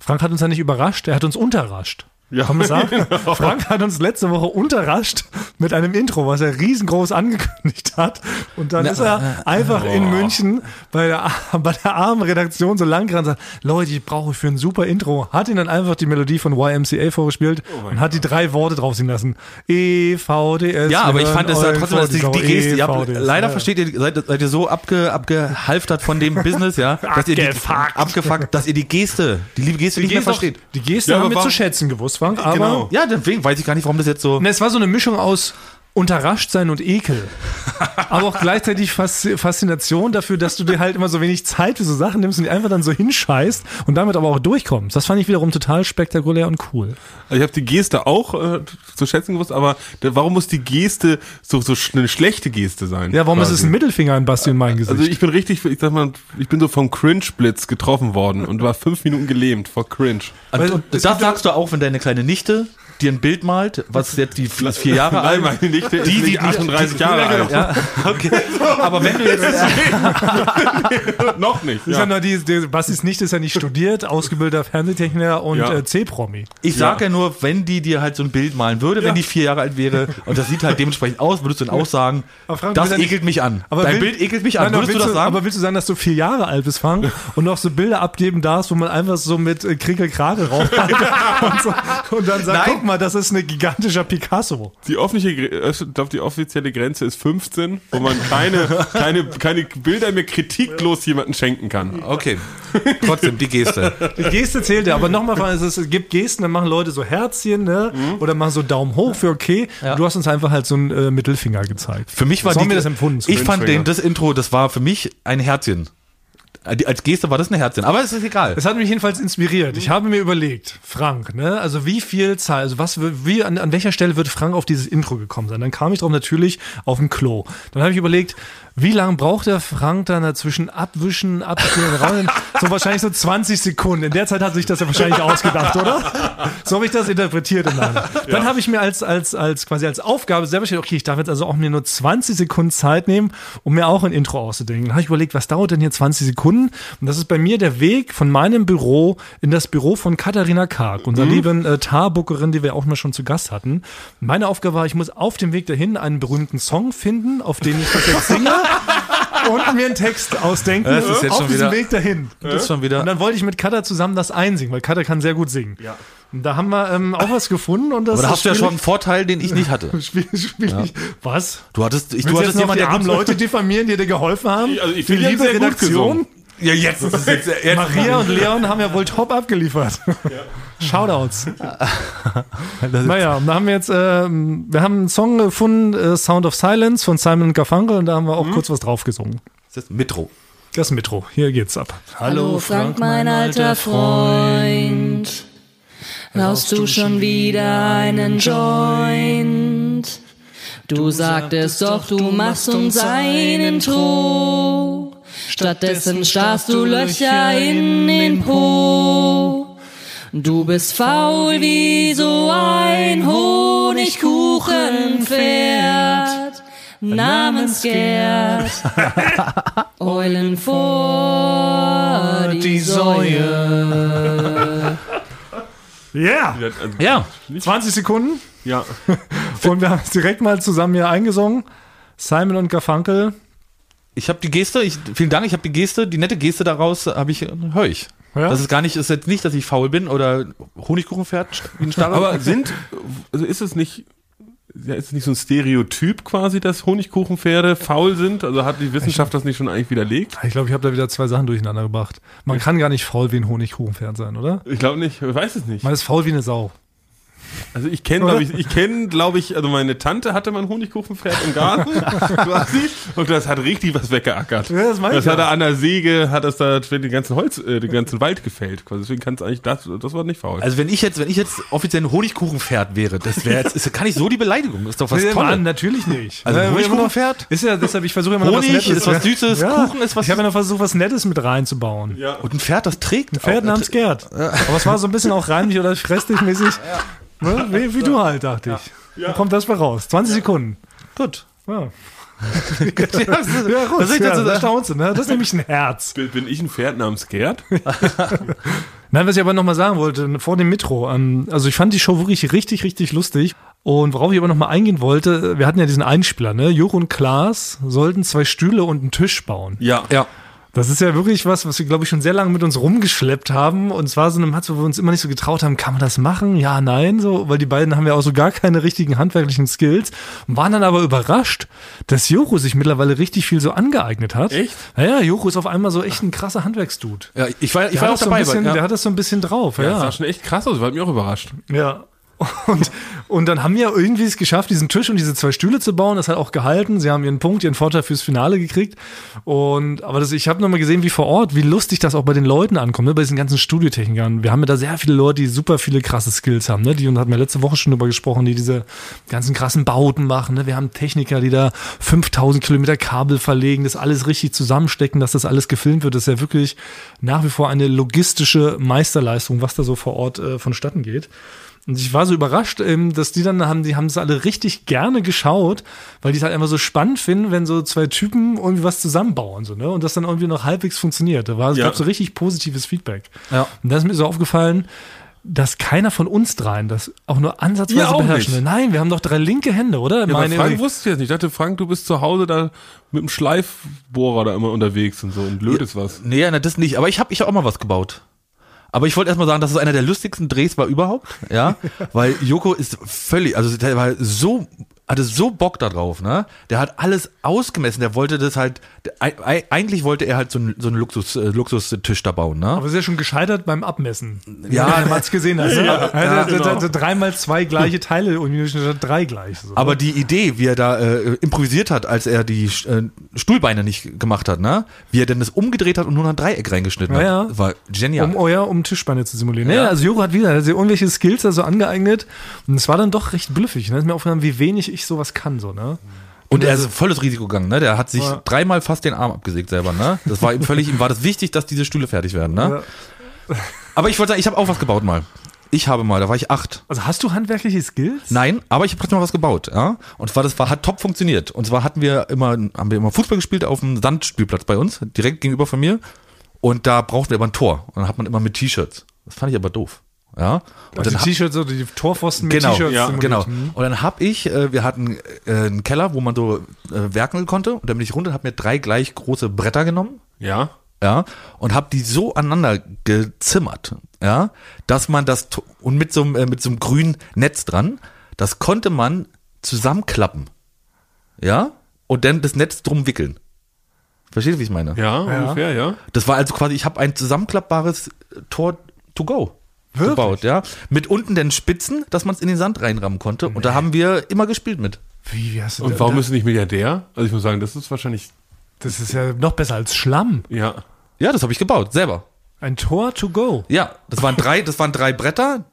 Speaker 1: Frank hat uns ja nicht überrascht, er hat uns unterrascht.
Speaker 3: Ja.
Speaker 1: Kann man sagen? Genau. Frank hat uns letzte Woche unterrascht mit einem Intro, was er riesengroß angekündigt hat. Und dann ist er einfach in München bei der, bei der armen Redaktion so lang dran und sagt, Leute, ich brauche für ein super Intro. Hat ihn dann einfach die Melodie von YMCA vorgespielt
Speaker 2: Oh
Speaker 1: und hat die drei Worte drauf singen lassen. E EVDS.
Speaker 2: Ja, aber
Speaker 1: wir
Speaker 2: ich fand
Speaker 1: hören
Speaker 2: es ja
Speaker 1: euch
Speaker 2: trotzdem, dass die,
Speaker 1: vor,
Speaker 2: die Geste, ihr habt,
Speaker 1: EVDS.
Speaker 2: leider
Speaker 1: Ja.
Speaker 2: versteht ihr, seid, seid ihr so abge, abgehalftert von dem Business, ja, dass ihr die,
Speaker 1: Abgefuckt.
Speaker 2: abgefuckt, dass ihr die Geste, die liebe Geste nicht mehr
Speaker 3: Geste auch-
Speaker 2: versteht.
Speaker 1: Die Geste
Speaker 3: Ja,
Speaker 1: haben
Speaker 3: aber
Speaker 1: wir zu
Speaker 3: warum-
Speaker 1: schätzen gewusst, Frank, aber
Speaker 3: Genau.
Speaker 2: Ja, deswegen weiß ich gar nicht, warum das jetzt so.
Speaker 1: Na, es war so eine Mischung aus unterrascht sein und Ekel. Aber auch gleichzeitig Fas Faszination dafür, dass du dir halt immer so wenig Zeit für so Sachen nimmst und die einfach dann so hinscheißt und damit aber auch durchkommst. Das fand ich wiederum total spektakulär und cool.
Speaker 3: Also ich habe die Geste auch äh, zu schätzen gewusst, aber da, warum muss die Geste so, so sch- eine schlechte Geste sein?
Speaker 1: Ja, warum
Speaker 3: Quasi.
Speaker 1: ist es ein Mittelfinger in Basti und mein Gesicht?
Speaker 3: Also ich bin richtig, ich sag mal, ich bin so vom Cringe-Blitz getroffen worden und war fünf Minuten gelähmt vor Cringe.
Speaker 1: weil-
Speaker 2: Und, und das sagst du auch, wenn deine kleine Nichte dir ein Bild malt, was jetzt die vier, vier Jahre
Speaker 3: Nein,
Speaker 2: alt
Speaker 3: meine Nichte ist
Speaker 2: Die,
Speaker 3: die,
Speaker 2: die nicht-
Speaker 3: nicht 38 Jahre alt.
Speaker 2: Ja, genau. okay. Aber wenn du jetzt,
Speaker 3: Noch nicht.
Speaker 1: ich
Speaker 3: ja.
Speaker 1: hab noch die, die, Bastis nicht ist ja nicht studiert, ausgebildeter Fernsehtechniker und
Speaker 3: Ja.
Speaker 1: äh, C-Promi.
Speaker 2: ich sage ja. nur, wenn die dir halt so ein Bild malen würde, wenn die vier Jahre alt wäre, und das sieht halt dementsprechend aus, würdest du dann auch sagen,
Speaker 1: Aber Frank, du
Speaker 2: das
Speaker 1: bist ja nicht-
Speaker 2: ekelt mich an.
Speaker 1: Aber
Speaker 2: Dein
Speaker 1: will-
Speaker 2: Bild ekelt mich an.
Speaker 1: Nein, aber
Speaker 2: würdest du
Speaker 1: willst
Speaker 2: das sagen?
Speaker 1: Aber willst du sagen, dass du vier Jahre alt bist, Frank, und noch so Bilder abgeben darfst, wo man einfach so mit äh, Krickelkrade drauf hat und, so, und dann sagt,
Speaker 2: Nein.
Speaker 1: guck mal, das ist ein gigantischer Picasso.
Speaker 3: Die offizielle, Gre- äh, ich glaube, die offizielle Grenze ist 15, wo man keine, keine, keine Bilder mehr kritiklos jemanden schenken kann.
Speaker 2: okay. Trotzdem, die Geste.
Speaker 1: Die Geste zählt ja, aber nochmal, Frank, es, ist, es gibt Gesten, dann machen Leute so Herzchen, ne? oder machen so Daumen hoch für okay. Du hast uns einfach halt so einen äh, Mittelfinger gezeigt.
Speaker 2: Für mich war
Speaker 1: so
Speaker 2: die,
Speaker 1: haben wir das empfunden.
Speaker 2: Ich fand
Speaker 3: Cringe-Finger.
Speaker 2: den, das Intro, das war für mich ein Herzchen. Die- Als Geste war das ein Herzchen, aber es ist egal.
Speaker 1: Es hat mich jedenfalls inspiriert. Ich habe mir überlegt, Frank, ne, also wie viel Zeit, also was, wür- wie, an, an welcher Stelle würde Frank auf dieses Intro gekommen sein? Dann kam ich drauf natürlich auf dem Klo. Dann habe ich überlegt, wie lange braucht der Frank dann dazwischen abwischen, abspielen, rauen? So wahrscheinlich so 20 Sekunden. In der Zeit hat sich das ja wahrscheinlich ausgedacht, oder? So habe ich das interpretiert. In meinem. Dann habe ich mir als, als, als, quasi als Aufgabe selber gestellt, okay, ich darf jetzt also auch mir nur 20 Sekunden Zeit nehmen, um mir auch ein Intro auszudenken. Dann habe ich überlegt, was dauert denn hier 20 Sekunden? Und das ist bei mir der Weg von meinem Büro in das Büro von Katharina Karg, unserer
Speaker 2: Mhm.
Speaker 1: lieben äh, Tarbookerin, die wir auch mal schon zu Gast hatten. Meine Aufgabe war, ich muss auf dem Weg dahin einen berühmten Song finden, auf den ich das jetzt singe. Und mir einen Text ausdenken
Speaker 2: Das ist jetzt
Speaker 1: auf
Speaker 2: schon
Speaker 1: diesem
Speaker 2: wieder-
Speaker 1: Weg dahin.
Speaker 2: Das ist schon
Speaker 1: Und
Speaker 2: wieder.
Speaker 1: dann wollte ich mit Katha zusammen das einsingen, weil Katha kann sehr gut singen. Und da haben wir ähm, auch was gefunden und das
Speaker 2: Aber da hast du ja
Speaker 1: spiel
Speaker 2: schon einen Vorteil, den ich nicht hatte.
Speaker 1: ich- Spiel, spiel ich. Was?
Speaker 2: Du hattest, ich,
Speaker 1: Du
Speaker 2: du
Speaker 1: hast jetzt
Speaker 2: hattest
Speaker 1: noch die
Speaker 2: jemanden, der
Speaker 1: armen
Speaker 2: gut-
Speaker 1: Leute diffamieren, die dir geholfen haben?
Speaker 3: Also ich
Speaker 1: Die
Speaker 3: finde, die haben
Speaker 1: liebe
Speaker 3: sehr gut gesungen.
Speaker 2: Ja, jetzt ist es jetzt. jetzt
Speaker 1: Maria und Leon haben ja wohl top abgeliefert. Shoutouts. naja, und da haben wir jetzt, ähm, wir haben einen Song gefunden, äh, Sound of Silence von Simon Garfunkel und da haben wir auch kurz was drauf gesungen.
Speaker 2: Das ist Metro.
Speaker 1: Das Metro, hier geht's ab.
Speaker 4: Hallo Frank, mein alter Freund. Rauchst du schon wieder einen Joint? Du sagtest doch, du machst uns einen Tro. Stattdessen starrst du Löcher in den Po. Du bist faul wie so ein Honigkuchenpferd namens Gerd. Eulen vor die Säue.
Speaker 1: Yeah!
Speaker 2: Ja.
Speaker 1: 20 Sekunden
Speaker 3: also, Ja.
Speaker 1: und wir haben es direkt mal zusammen hier eingesungen. Simon und Garfunkel,
Speaker 2: Ich habe die Geste, ich, vielen Dank, ich habe die Geste, die nette Geste daraus habe ich, höre ich.
Speaker 1: Ja.
Speaker 2: Das ist gar nicht, ist jetzt nicht, dass ich faul bin oder Honigkuchenpferd wie ein Starrer.
Speaker 3: Aber sind, also ist es nicht, ja, ist es nicht so ein Stereotyp quasi, dass Honigkuchenpferde faul sind? Also hat die Wissenschaft das nicht schon eigentlich widerlegt?
Speaker 1: ich glaube, ich habe da wieder zwei Sachen durcheinander gebracht. Man kann gar nicht faul wie ein Honigkuchenpferd sein, oder?
Speaker 3: Ich glaube nicht, ich weiß es nicht.
Speaker 1: Man ist faul wie eine Sau.
Speaker 3: Also ich kenne, glaube ich, ich kenne, glaube ich, also meine Tante hatte mal ein Honigkuchenpferd im Garten quasi und das hat richtig was weggeackert.
Speaker 1: Ja, das meine ich
Speaker 3: hat
Speaker 1: ja.
Speaker 3: er an der Säge, hat das da den ganzen Holz, äh, den ganzen Wald gefällt. quasi. Deswegen kann es eigentlich, das, das war nicht faul.
Speaker 2: Also wenn ich jetzt, wenn ich jetzt offiziell ein Honigkuchenpferd wäre, das wäre jetzt, ist, kann ich so die Beleidigung, ist doch was
Speaker 1: Nee, Mann,
Speaker 2: Tolles.
Speaker 1: natürlich nicht. Äh,
Speaker 2: Also
Speaker 1: Ja,
Speaker 2: Honigkuchenpferd?
Speaker 1: Ist ja, deshalb, ich versuche immer noch
Speaker 2: Honig ist was
Speaker 1: ja.
Speaker 2: Süßes,
Speaker 1: ja.
Speaker 2: Kuchen ist was
Speaker 1: Ich habe ja noch versucht, was Nettes mit reinzubauen.
Speaker 3: ja.
Speaker 2: Und ein Pferd, das trägt. Ein
Speaker 1: Pferd namens Gerd. Aber es war so ein bisschen auch reimlich oder fresslich mäßig. Ne? Wie, wie du halt, dachte ich. Dann kommt das mal raus. 20 Sekunden.
Speaker 2: Gut.
Speaker 1: Ja.
Speaker 2: Ja, das
Speaker 1: Ja,
Speaker 2: ist, das
Speaker 1: raus,
Speaker 2: ist,
Speaker 1: ja,
Speaker 2: das
Speaker 1: da
Speaker 2: ist,
Speaker 1: staunst du, ne? Das ist nämlich ein Herz.
Speaker 3: Bin, bin ich ein Pferd namens Gerd?
Speaker 1: Nein, was ich aber nochmal sagen wollte, vor dem Metro, ähm, also ich fand die Show wirklich richtig, richtig lustig. Und worauf ich aber nochmal eingehen wollte, wir hatten ja diesen Einspieler, ne? Juro und Klaas sollten zwei Stühle und einen Tisch bauen.
Speaker 3: Ja.
Speaker 2: ja.
Speaker 1: Das ist ja wirklich was, was wir, glaube ich, schon sehr lange mit uns rumgeschleppt haben. Und zwar so eine Matze, wo wir uns immer nicht so getraut haben, kann man das machen? Ja, nein, so, weil die beiden haben ja auch so gar keine richtigen handwerklichen Skills und waren dann aber überrascht, dass Joko sich mittlerweile richtig viel so angeeignet hat.
Speaker 3: Echt?
Speaker 1: Naja, Joko ist auf einmal so echt ein krasser Handwerksdude.
Speaker 2: ja, ich war, ich
Speaker 1: Der
Speaker 2: war
Speaker 1: hat
Speaker 2: auch
Speaker 1: das so ein
Speaker 2: dabei.
Speaker 1: bisschen,
Speaker 2: weil-
Speaker 1: Der
Speaker 2: ja.
Speaker 1: hat das so ein bisschen drauf,
Speaker 3: Das
Speaker 1: ja.
Speaker 3: sah schon echt krass aus, war mich auch überrascht.
Speaker 1: Ja. Und, und dann haben wir irgendwie es geschafft, diesen Tisch und diese zwei Stühle zu bauen. Das hat auch gehalten. Sie haben ihren Punkt, ihren Vorteil fürs Finale gekriegt. Und aber das, ich habe nochmal gesehen, wie vor Ort, wie lustig das auch bei den Leuten ankommt, ne? bei diesen ganzen Studiotechnikern. Wir haben ja da sehr viele Leute, die super viele krasse Skills haben. Ne? Die und hatten wir letzte Woche schon drüber gesprochen, die diese ganzen krassen Bauten machen. Ne? Wir haben Techniker, die da 5000 Kilometer Kabel verlegen, das alles richtig zusammenstecken, dass das alles gefilmt wird. Das ist ja wirklich nach wie vor eine logistische Meisterleistung, was da so vor Ort äh, vonstatten geht. Und ich war so überrascht, ähm, dass die dann haben, die haben es alle richtig gerne geschaut, weil die es halt einfach so spannend finden, wenn so zwei Typen irgendwie was zusammenbauen, so, ne? Und das dann irgendwie noch halbwegs funktioniert. Da war, es
Speaker 3: Ja.
Speaker 1: gab so richtig positives Feedback.
Speaker 2: Ja.
Speaker 1: Und da ist mir so aufgefallen, dass keiner von uns dreien das auch nur ansatzweise
Speaker 3: Ja, auch
Speaker 1: beherrscht.
Speaker 3: nicht.
Speaker 1: Nein, wir haben doch drei linke Hände, oder?
Speaker 3: Ja, aber
Speaker 1: Meine-
Speaker 3: Frank wusste ich jetzt nicht. Ich dachte, Frank, du bist zu Hause da mit dem Schleifbohrer da immer unterwegs und so und lötest was.
Speaker 2: Nee, na, das nicht. Aber ich habe ich hab auch mal was gebaut. Aber ich wollte erstmal sagen, dass es einer der lustigsten Drehs war überhaupt, ja, weil Joko ist völlig, also der war so, hatte so Bock darauf, ne? Der hat alles ausgemessen, der wollte das halt, der- ei- ei- eigentlich wollte er halt so einen, so einen Luxus, äh, Luxustisch da bauen, ne?
Speaker 1: aber es ist ja schon gescheitert beim Abmessen.
Speaker 2: Ja.
Speaker 1: man hat's gesehen. Also, ja,
Speaker 3: ja,
Speaker 1: also,
Speaker 3: genau.
Speaker 1: Dreimal zwei gleiche Teile und statt drei gleich. So.
Speaker 2: Aber die Idee, wie er da äh, improvisiert hat, als er die äh, Stuhlbeine nicht gemacht hat, ne? Wie er denn das umgedreht hat und nur ein Dreieck reingeschnitten
Speaker 1: Ja,
Speaker 2: hat,
Speaker 1: ja.
Speaker 2: war genial.
Speaker 1: Um euer, um Tischbeine zu simulieren. Ja,
Speaker 2: Ja.
Speaker 1: also Joko hat wieder, hat sich irgendwelche Skills da so angeeignet und es war dann doch recht blüffig. Und dann ist mir aufgefallen, wie wenig ich sowas kann, so, ne?
Speaker 2: Und er ist volles Risiko gegangen, ne? Der hat sich
Speaker 1: Ja.
Speaker 2: dreimal fast den Arm abgesägt selber, ne? Das war ihm völlig, ihm war das wichtig, dass diese Stühle fertig werden, ne? Aber ich wollte sagen, ich habe auch was gebaut mal. Ich habe mal, da war ich acht.
Speaker 1: Also hast du handwerkliche Skills?
Speaker 2: Nein, aber ich habe trotzdem mal was gebaut, ja? Und zwar, das war, hat top funktioniert. Und zwar hatten wir immer, haben wir immer Fußball gespielt auf dem Sandspielplatz bei uns, direkt gegenüber von mir. Und da brauchten wir immer ein Tor. Und dann hat man immer mit T-Shirts. Das fand ich aber doof, ja? Und
Speaker 1: Also
Speaker 2: dann
Speaker 1: die
Speaker 2: ha-
Speaker 1: T-Shirts oder die Torpfosten
Speaker 2: Genau,
Speaker 1: T-Shirts.
Speaker 2: ja,
Speaker 1: simuliert. Mhm.
Speaker 2: genau. Und dann hab ich, äh, wir hatten äh, einen Keller, wo man so äh, werkeln konnte. Und dann bin ich runter, hab mir drei gleich große Bretter genommen,
Speaker 3: Ja.
Speaker 2: ja, und hab die so aneinander gezimmert, ja, dass man das to- und mit so einem äh, mit so einem grünen Netz dran, das konnte man zusammenklappen, ja, und dann das Netz drum wickeln. Versteht ihr, wie ich meine?
Speaker 3: Ja,
Speaker 1: Ja.
Speaker 3: ungefähr, ja.
Speaker 2: Das war also quasi, ich habe ein zusammenklappbares äh, Tor to go gebaut, ja. Mit unten den Spitzen, dass man es in den Sand reinrammen konnte. Und da haben wir immer gespielt mit.
Speaker 1: Wie, wie hast du
Speaker 3: Und warum
Speaker 1: das?
Speaker 3: ist er nicht Milliardär? Also ich muss sagen, das ist wahrscheinlich,
Speaker 1: Das ist ja noch besser als Schlamm.
Speaker 3: ja.
Speaker 2: Ja, das habe ich gebaut, selber.
Speaker 1: Ein Tor to go.
Speaker 2: Ja, das waren drei, das waren drei Bretter.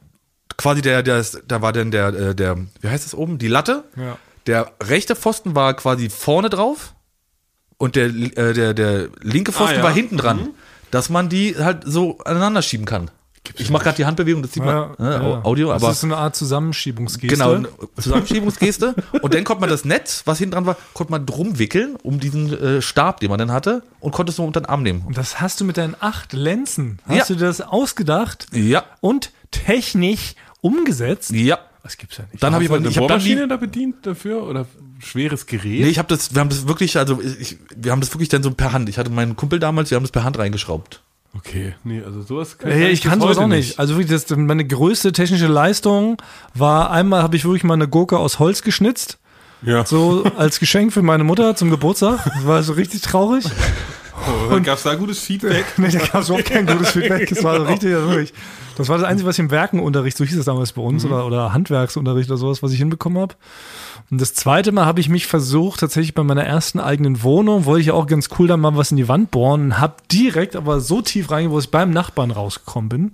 Speaker 2: Quasi der, der, da war dann der, äh, der, wie heißt das oben? Die Latte.
Speaker 1: Ja.
Speaker 2: Der rechte Pfosten war quasi vorne drauf und der, äh, der, der linke
Speaker 1: Ah,
Speaker 2: Pfosten
Speaker 3: ja.
Speaker 2: war hinten dran,
Speaker 1: Mhm.
Speaker 2: dass man die halt so aneinander schieben kann. Ich mache gerade die Handbewegung, das sieht man ne, Au- Audio, aber
Speaker 1: Das ist so eine Art Zusammenschiebungsgeste.
Speaker 2: genau, eine Zusammenschiebungsgeste. und dann konnte man das Netz, was hinten dran war, konnte man drum wickeln um diesen äh, Stab, den man dann hatte und konnte es so unter den Arm nehmen.
Speaker 1: Und das hast du mit deinen acht Lenzen, hast
Speaker 2: Ja.
Speaker 1: du dir das ausgedacht
Speaker 2: Ja,
Speaker 1: und technisch umgesetzt?
Speaker 2: ja.
Speaker 1: Das gibt's ja nicht.
Speaker 2: Dann habe ich,
Speaker 3: Hast du
Speaker 2: aber-
Speaker 3: eine
Speaker 2: ich hab dann die-
Speaker 3: Bohrmaschine da bedient dafür oder schweres Gerät?
Speaker 2: Nee, ich habe das, wir haben das wirklich, also ich, wir haben das wirklich dann so per Hand. Ich hatte meinen Kumpel damals, wir haben das per Hand reingeschraubt.
Speaker 3: Okay, nee, also sowas kann
Speaker 1: Äh, Hey, ich
Speaker 3: bis
Speaker 1: kann sowas
Speaker 3: heute
Speaker 1: auch nicht. Also wirklich, das, meine größte technische Leistung war, einmal habe ich wirklich mal eine Gurke aus Holz geschnitzt,
Speaker 3: Ja, so,
Speaker 1: so als Geschenk für meine Mutter zum Geburtstag. Das war so richtig traurig.
Speaker 3: gab es da gutes Feedback?
Speaker 1: Nee, da gab es überhaupt kein gutes Feedback. Das war so richtig, also wirklich. Das war das Einzige, was ich im Werkenunterricht, so hieß es damals bei uns, oder, oder Handwerksunterricht oder sowas, was ich hinbekommen habe. Und das zweite Mal habe ich mich versucht, tatsächlich bei meiner ersten eigenen Wohnung, wollte ich auch ganz cool da mal was in die Wand bohren und habe direkt aber so tief reingebohrt, dass ich beim Nachbarn rausgekommen bin.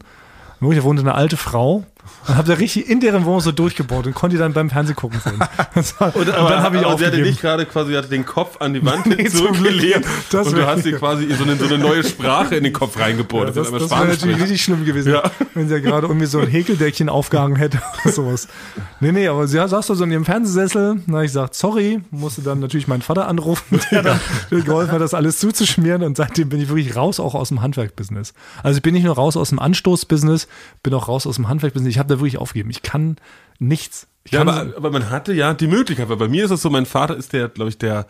Speaker 1: Wirklich, Da wohnte eine alte Frau und habe da richtig in deren Wohnung so durchgebohrt und konnte die dann beim Fernsehen gucken sehen. Das war, und,
Speaker 3: Aber,
Speaker 1: dann habe ich
Speaker 3: aber sie hatte
Speaker 1: aufgegeben.
Speaker 3: nicht gerade quasi, sie hatte den Kopf an die Wand
Speaker 1: Nee, zum
Speaker 3: zurückgelehnt
Speaker 1: Glück. Das
Speaker 3: und du
Speaker 1: wär-
Speaker 3: hast dir quasi so eine, so eine neue Sprache in den Kopf reingebohrt.
Speaker 1: Ja, das das
Speaker 3: dass man
Speaker 1: wäre
Speaker 3: Spanisch
Speaker 1: natürlich
Speaker 3: spricht.
Speaker 1: richtig schlimm gewesen,
Speaker 3: Ja.
Speaker 1: wenn sie ja gerade irgendwie so ein Häkeldeckchen aufgehangen hätte oder sowas. Nee, nee, aber sie saß da so in ihrem Fernsehsessel. Na, ich sagte, sorry, musste dann natürlich meinen Vater anrufen, der dann mir geholfen hat, das alles zuzuschmieren. Und seitdem bin ich wirklich raus auch aus dem Handwerkbusiness. Also ich bin nicht nur raus aus dem Anstoßbusiness, bin auch raus aus dem Handwerkbusiness. Ich habe da wirklich aufgegeben. Ich kann nichts. Ich
Speaker 3: ja,
Speaker 1: kann
Speaker 3: aber, aber man hatte ja die Möglichkeit, weil bei mir ist es so, mein Vater ist der, glaube ich, der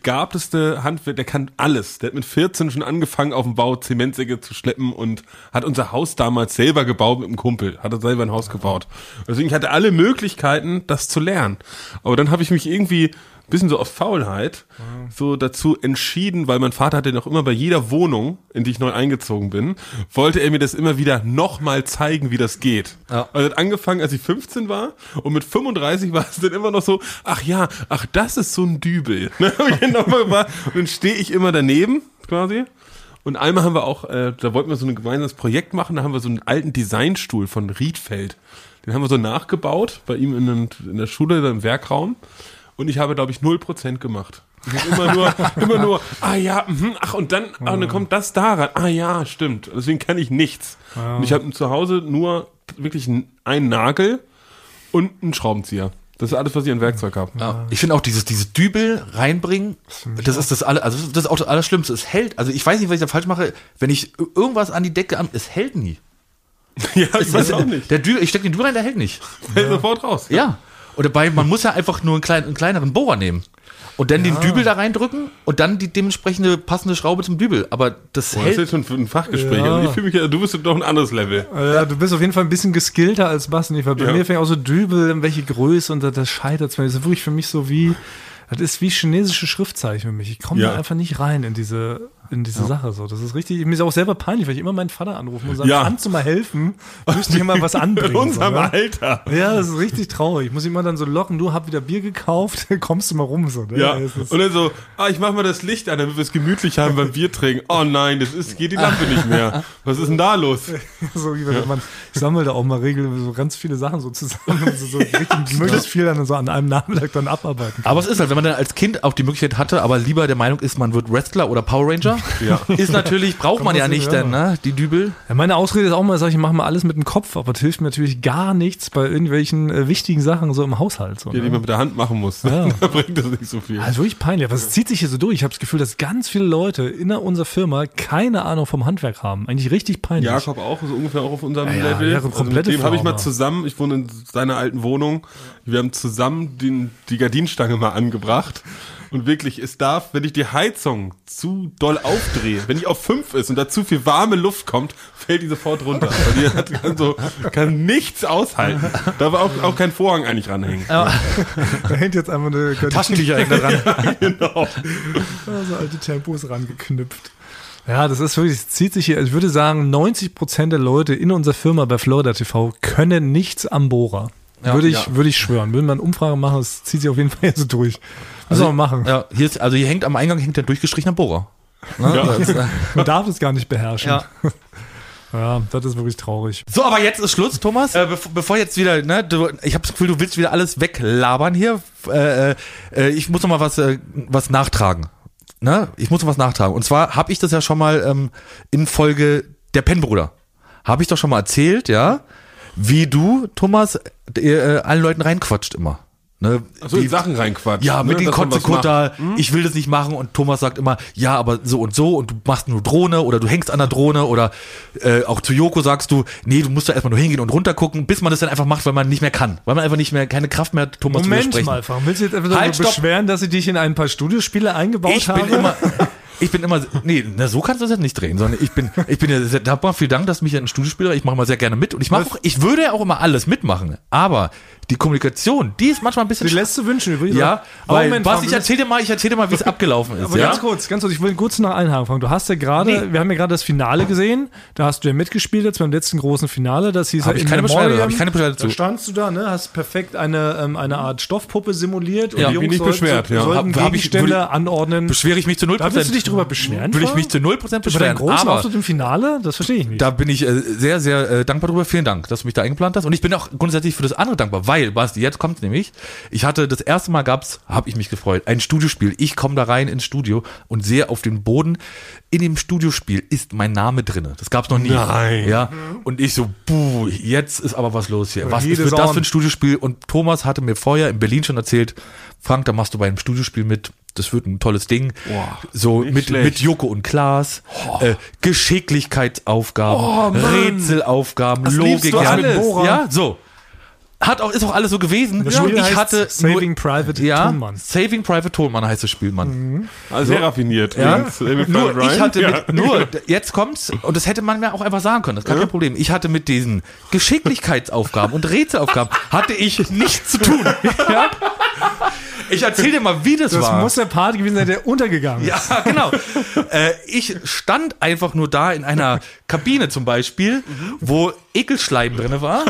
Speaker 3: begabteste Handwerker, der kann alles. Der hat mit 14 schon angefangen, auf dem Bau Zementsäcke zu schleppen und hat unser Haus damals selber gebaut mit einem Kumpel. Hat er selber ein Haus gebaut. Deswegen ich hatte alle Möglichkeiten, das zu lernen. Aber dann habe ich mich irgendwie ein bisschen so auf Faulheit so dazu entschieden, weil mein Vater hatte noch immer bei jeder Wohnung, in die ich neu eingezogen bin, wollte er mir das immer wieder nochmal zeigen, wie das geht.
Speaker 2: Ja.
Speaker 3: Also er hat angefangen, als ich 15 war und mit 35 war es dann immer noch so, ach ja, ach das ist so ein Dübel. Ne? Hab ich dann noch mal gemacht. und dann stehe ich immer daneben quasi. Und einmal haben wir auch, äh, da wollten wir so ein gemeinsames Projekt machen, da haben wir so einen alten Designstuhl von Riedfeld. Den haben wir so nachgebaut bei ihm in, einem, in der Schule, da im Werkraum. Und ich habe, glaube ich, 0% gemacht. Ich hab Immer nur, immer nur, ah ja, mhm, ach und dann, ah, und dann kommt das daran. Ah ja, stimmt. Deswegen kann ich nichts. Und ich habe zu Hause nur wirklich n- einen Nagel und einen Schraubenzieher. Das ist alles, was ich an Werkzeug habe.
Speaker 2: Ja. Ah. Ich finde auch dieses, dieses Dübel reinbringen, das ist das alle, also das ist auch das Allerschlimmste. Es hält, also ich weiß nicht, was ich da falsch mache, wenn ich irgendwas an die Decke an, es hält nie.
Speaker 3: Ja, ich weiß
Speaker 2: Also,
Speaker 3: auch nicht.
Speaker 2: Der Dübel, ich stecke den Dübel rein, der hält nicht.
Speaker 3: Der ist sofort raus.
Speaker 2: Ja. Und dabei, man muss ja einfach nur einen, kleinen, einen kleineren Bohrer nehmen. Und dann den Dübel da reindrücken und dann die dementsprechende passende Schraube zum Dübel. Aber das
Speaker 3: Boah, das ist
Speaker 2: hält.
Speaker 3: jetzt schon ein Fachgespräch.
Speaker 1: Ja.
Speaker 3: Also ich fühle mich, ja- du bist doch ein anderes Level.
Speaker 1: Äh, Ja, du bist auf jeden Fall ein bisschen geskillter als Basti. und Ich, weil bei
Speaker 3: Ja.
Speaker 1: mir fängt auch so Dübel, welche Größe und das, das scheitert mir. Das ist wirklich für mich so wie, das ist wie chinesische Schriftzeichen für mich. Ich komme
Speaker 3: Ja.
Speaker 1: da einfach nicht rein in diese, in diese Sache. So. Das ist richtig, mir ist auch selber peinlich, weil ich immer meinen Vater anrufe und sage,
Speaker 3: Ja.
Speaker 1: kannst du mal helfen? Du musst mir mal was anbringen.
Speaker 3: In unserem
Speaker 1: so, ne?
Speaker 3: Alter.
Speaker 1: Ja, das ist richtig traurig. Ich muss ihn immer dann so locken, du hab wieder Bier gekauft, kommst du mal rum. So, ne?
Speaker 3: Ja,
Speaker 1: Es ist-
Speaker 3: und dann so, ah, ich mach mal das Licht an, damit wir es gemütlich haben beim Bier trinken. Oh nein, das ist, geht die Lampe nicht mehr. Was ist denn da los?
Speaker 1: So wie wenn man, ich sammle da auch mal regelmäßig so ganz viele Sachen so zusammen, und so, so richtig möglichst viel dann so an einem Nachmittag dann abarbeiten.
Speaker 2: Aber es ist halt, wenn man dann als Kind auch die Möglichkeit hatte, aber lieber der Meinung ist, man wird Wrestler oder Power Ranger,
Speaker 3: Ja.
Speaker 2: ist natürlich, braucht man
Speaker 1: man
Speaker 2: ja
Speaker 1: sich
Speaker 2: nicht
Speaker 1: hören.
Speaker 2: dann, ne? Die Dübel.
Speaker 1: Ja, meine Ausrede ist auch mal, sag ich, ich mache mal alles mit dem Kopf, aber das hilft mir natürlich gar nichts bei irgendwelchen äh, wichtigen Sachen so im Haushalt. So,
Speaker 3: Ja, die
Speaker 1: ne?
Speaker 3: man mit der Hand machen muss.
Speaker 1: Ja.
Speaker 3: da bringt das nicht so viel.
Speaker 1: Also wirklich peinlich, aber es zieht sich hier so durch. Ich habe das Gefühl, dass ganz viele Leute in unserer Firma keine Ahnung vom Handwerk haben. Eigentlich richtig peinlich.
Speaker 3: Jakob auch, so ungefähr auch auf unserem
Speaker 1: Ja, ja,
Speaker 3: Level.
Speaker 1: ja, so
Speaker 3: also mit
Speaker 1: komplette
Speaker 3: dem habe ich mal
Speaker 1: Frau, ja.
Speaker 3: zusammen, ich wohne in seiner alten Wohnung, wir haben zusammen den, die Gardinenstange mal angebracht. Und wirklich, es darf, wenn ich die Heizung zu doll aufdrehe, wenn die auf fünf ist und da zu viel warme Luft kommt, fällt die sofort runter. Weil die hat, kann, so, kann nichts aushalten. Da war auch, auch kein Vorhang eigentlich ranhängen.
Speaker 1: Da hängt jetzt einfach eine
Speaker 2: Taschentücher hängen da dran.
Speaker 1: so alte Tempos rangeknüpft. Ja, das ist wirklich, es zieht sich hier. Ich würde sagen, 90% der Leute in unserer Firma bei Florida TV können nichts am Bohrer.
Speaker 2: Ja,
Speaker 1: würde, ich,
Speaker 2: ja.
Speaker 1: würde ich schwören. Würden wir eine Umfrage machen, das zieht sich auf jeden Fall jetzt so durch. Müssen
Speaker 2: Also,
Speaker 1: wir mal machen.
Speaker 2: Ja, hier ist, also hier hängt am Eingang hängt der durchgestrichene Bohrer. Ne?
Speaker 3: Ja.
Speaker 2: Das, äh,
Speaker 1: Man darf es gar nicht beherrschen.
Speaker 2: Ja.
Speaker 1: ja, das ist wirklich traurig.
Speaker 2: So, aber jetzt ist Schluss, Thomas. Äh, bev bevor jetzt wieder, ne, du, ich habe das Gefühl, du willst wieder alles weglabern hier. Äh, äh, ich muss noch mal was, äh, was nachtragen. Ne? Ich muss noch was nachtragen. Und zwar habe ich das ja schon mal ähm, in Folge der Pennbruder. Habe ich doch schon mal erzählt, ja, wie du, Thomas, äh, äh, allen Leuten reinquatscht immer. Ne?
Speaker 3: So in Sachen reinquatschen.
Speaker 2: Ja, mit
Speaker 3: ne,
Speaker 2: den
Speaker 3: dass man was
Speaker 2: Kotzekutter,
Speaker 1: Hm?
Speaker 2: ich will das nicht machen und Thomas sagt immer, ja, aber so und so und du machst nur Drohne oder du hängst an der Drohne oder äh, auch zu Joko sagst du, nee, du musst da erstmal nur hingehen und runtergucken, bis man das dann einfach macht, weil man nicht mehr kann, weil man einfach nicht mehr, keine Kraft mehr hat, Thomas zu
Speaker 1: Moment
Speaker 2: widersprechen.
Speaker 1: mal, Frank, willst du jetzt einfach darüber
Speaker 2: Halt, stopp.
Speaker 1: beschweren, dass ich dich in ein paar Studiospiele eingebaut
Speaker 2: Ich
Speaker 1: habe?
Speaker 2: bin immer, ich bin immer, nee, na, so kannst du das jetzt nicht drehen, sondern ich bin, ich bin ja sehr dankbar, vielen Dank, dass du mich ein Studiospieler, ich mache mal sehr gerne mit und ich mache auch, ich würde ja auch immer alles mitmachen, aber die Kommunikation, die ist manchmal ein bisschen
Speaker 1: Die lässt du wünschen übrigens.
Speaker 2: Ja,
Speaker 1: Aber
Speaker 2: weil,
Speaker 1: Moment,
Speaker 2: was
Speaker 1: Frank,
Speaker 2: ich
Speaker 1: wir müssen-
Speaker 2: erzähl dir mal, ich erzähl dir mal, wie es abgelaufen ist.
Speaker 1: Aber
Speaker 2: ja?
Speaker 1: ganz kurz, ganz kurz, ich will kurz noch einhaken. Frank. Du hast ja gerade, wir haben ja gerade das Finale gesehen, da hast du ja mitgespielt jetzt beim letzten großen Finale, das hieß
Speaker 2: Hab
Speaker 1: ja
Speaker 2: ich
Speaker 1: In
Speaker 2: keine Beschwerde,
Speaker 1: Memoriam.
Speaker 2: hab ich keine Beschwerde
Speaker 1: Da
Speaker 2: zu.
Speaker 1: standst du da, ne, hast perfekt eine, ähm, eine Art Stoffpuppe simuliert
Speaker 2: Ja,
Speaker 1: und die
Speaker 2: bin
Speaker 1: Jungs
Speaker 3: ich
Speaker 1: sollten,
Speaker 3: beschwert, ja.
Speaker 1: sollten
Speaker 2: Hab- hab ich-
Speaker 1: Gegenstände
Speaker 2: würde-
Speaker 1: anordnen.
Speaker 2: Beschwere ich mich zu 0%.
Speaker 1: da willst du dich drüber beschweren?
Speaker 2: Würde ich
Speaker 1: Frank?
Speaker 2: mich zu 0%
Speaker 1: über deinen
Speaker 2: beschweren.
Speaker 1: großen
Speaker 2: Aber
Speaker 1: Auftritt im Finale? Das verstehe ich nicht.
Speaker 2: da bin ich äh, sehr, sehr äh, dankbar drüber. Vielen Dank, dass du mich da eingeplant hast. Und ich bin auch grundsätzlich für das andere dankbar, weil, Basti, jetzt kommt nämlich, ich hatte das erste Mal gab's, habe ich mich gefreut, ein Studiospiel. Ich komme da rein ins Studio und sehe auf dem Boden, in dem Studiospiel ist mein Name drinne. Das gab's noch nie.
Speaker 3: Nein.
Speaker 2: Ja. Und ich so, buh, jetzt ist aber was los hier. Was
Speaker 1: Jede
Speaker 2: ist für das
Speaker 1: Sorn.
Speaker 2: für ein Studiospiel? Und Thomas hatte mir vorher in Berlin schon erzählt, Frank, da machst du bei einem Studiospiel mit. Das wird ein tolles Ding.
Speaker 3: Boah,
Speaker 2: so
Speaker 3: nicht
Speaker 2: mit,
Speaker 3: schlecht.
Speaker 2: mit Joko und Klaas, äh, Geschicklichkeitsaufgaben,
Speaker 1: Oh, Mann.
Speaker 2: Rätselaufgaben,
Speaker 1: Das liebst
Speaker 2: Logik,
Speaker 1: du
Speaker 2: ja,
Speaker 1: alles.
Speaker 2: ja, so. Hat auch, ist auch alles so gewesen.
Speaker 1: Das
Speaker 2: Ja,
Speaker 1: Spiel
Speaker 2: und ich
Speaker 1: heißt
Speaker 2: hatte
Speaker 1: Saving
Speaker 2: nur,
Speaker 1: Private
Speaker 2: ja,
Speaker 1: Thunmann.
Speaker 2: Saving Private Tonmann heißt das Spiel,
Speaker 1: Mhm.
Speaker 2: Mann.
Speaker 3: Also sehr raffiniert.
Speaker 2: Ja.
Speaker 3: übrigens, äh, mit
Speaker 2: Nur,
Speaker 3: Frank
Speaker 2: ich
Speaker 3: Ryan.
Speaker 2: hatte
Speaker 3: Ja.
Speaker 2: mit, nur, d- jetzt kommt's, und das hätte man mir auch einfach sagen können, das ist gar kein Problem. Ich hatte mit diesen Geschicklichkeitsaufgaben und Rätselaufgaben, hatte ich nichts zu tun. Ja? Ich erzähl dir mal, wie das,
Speaker 1: das
Speaker 2: war.
Speaker 1: muss der Part gewesen sein, der untergegangen ist.
Speaker 2: Ja, genau. äh, ich stand einfach nur da in einer Kabine zum Beispiel, wo Ekelschleim drinne war.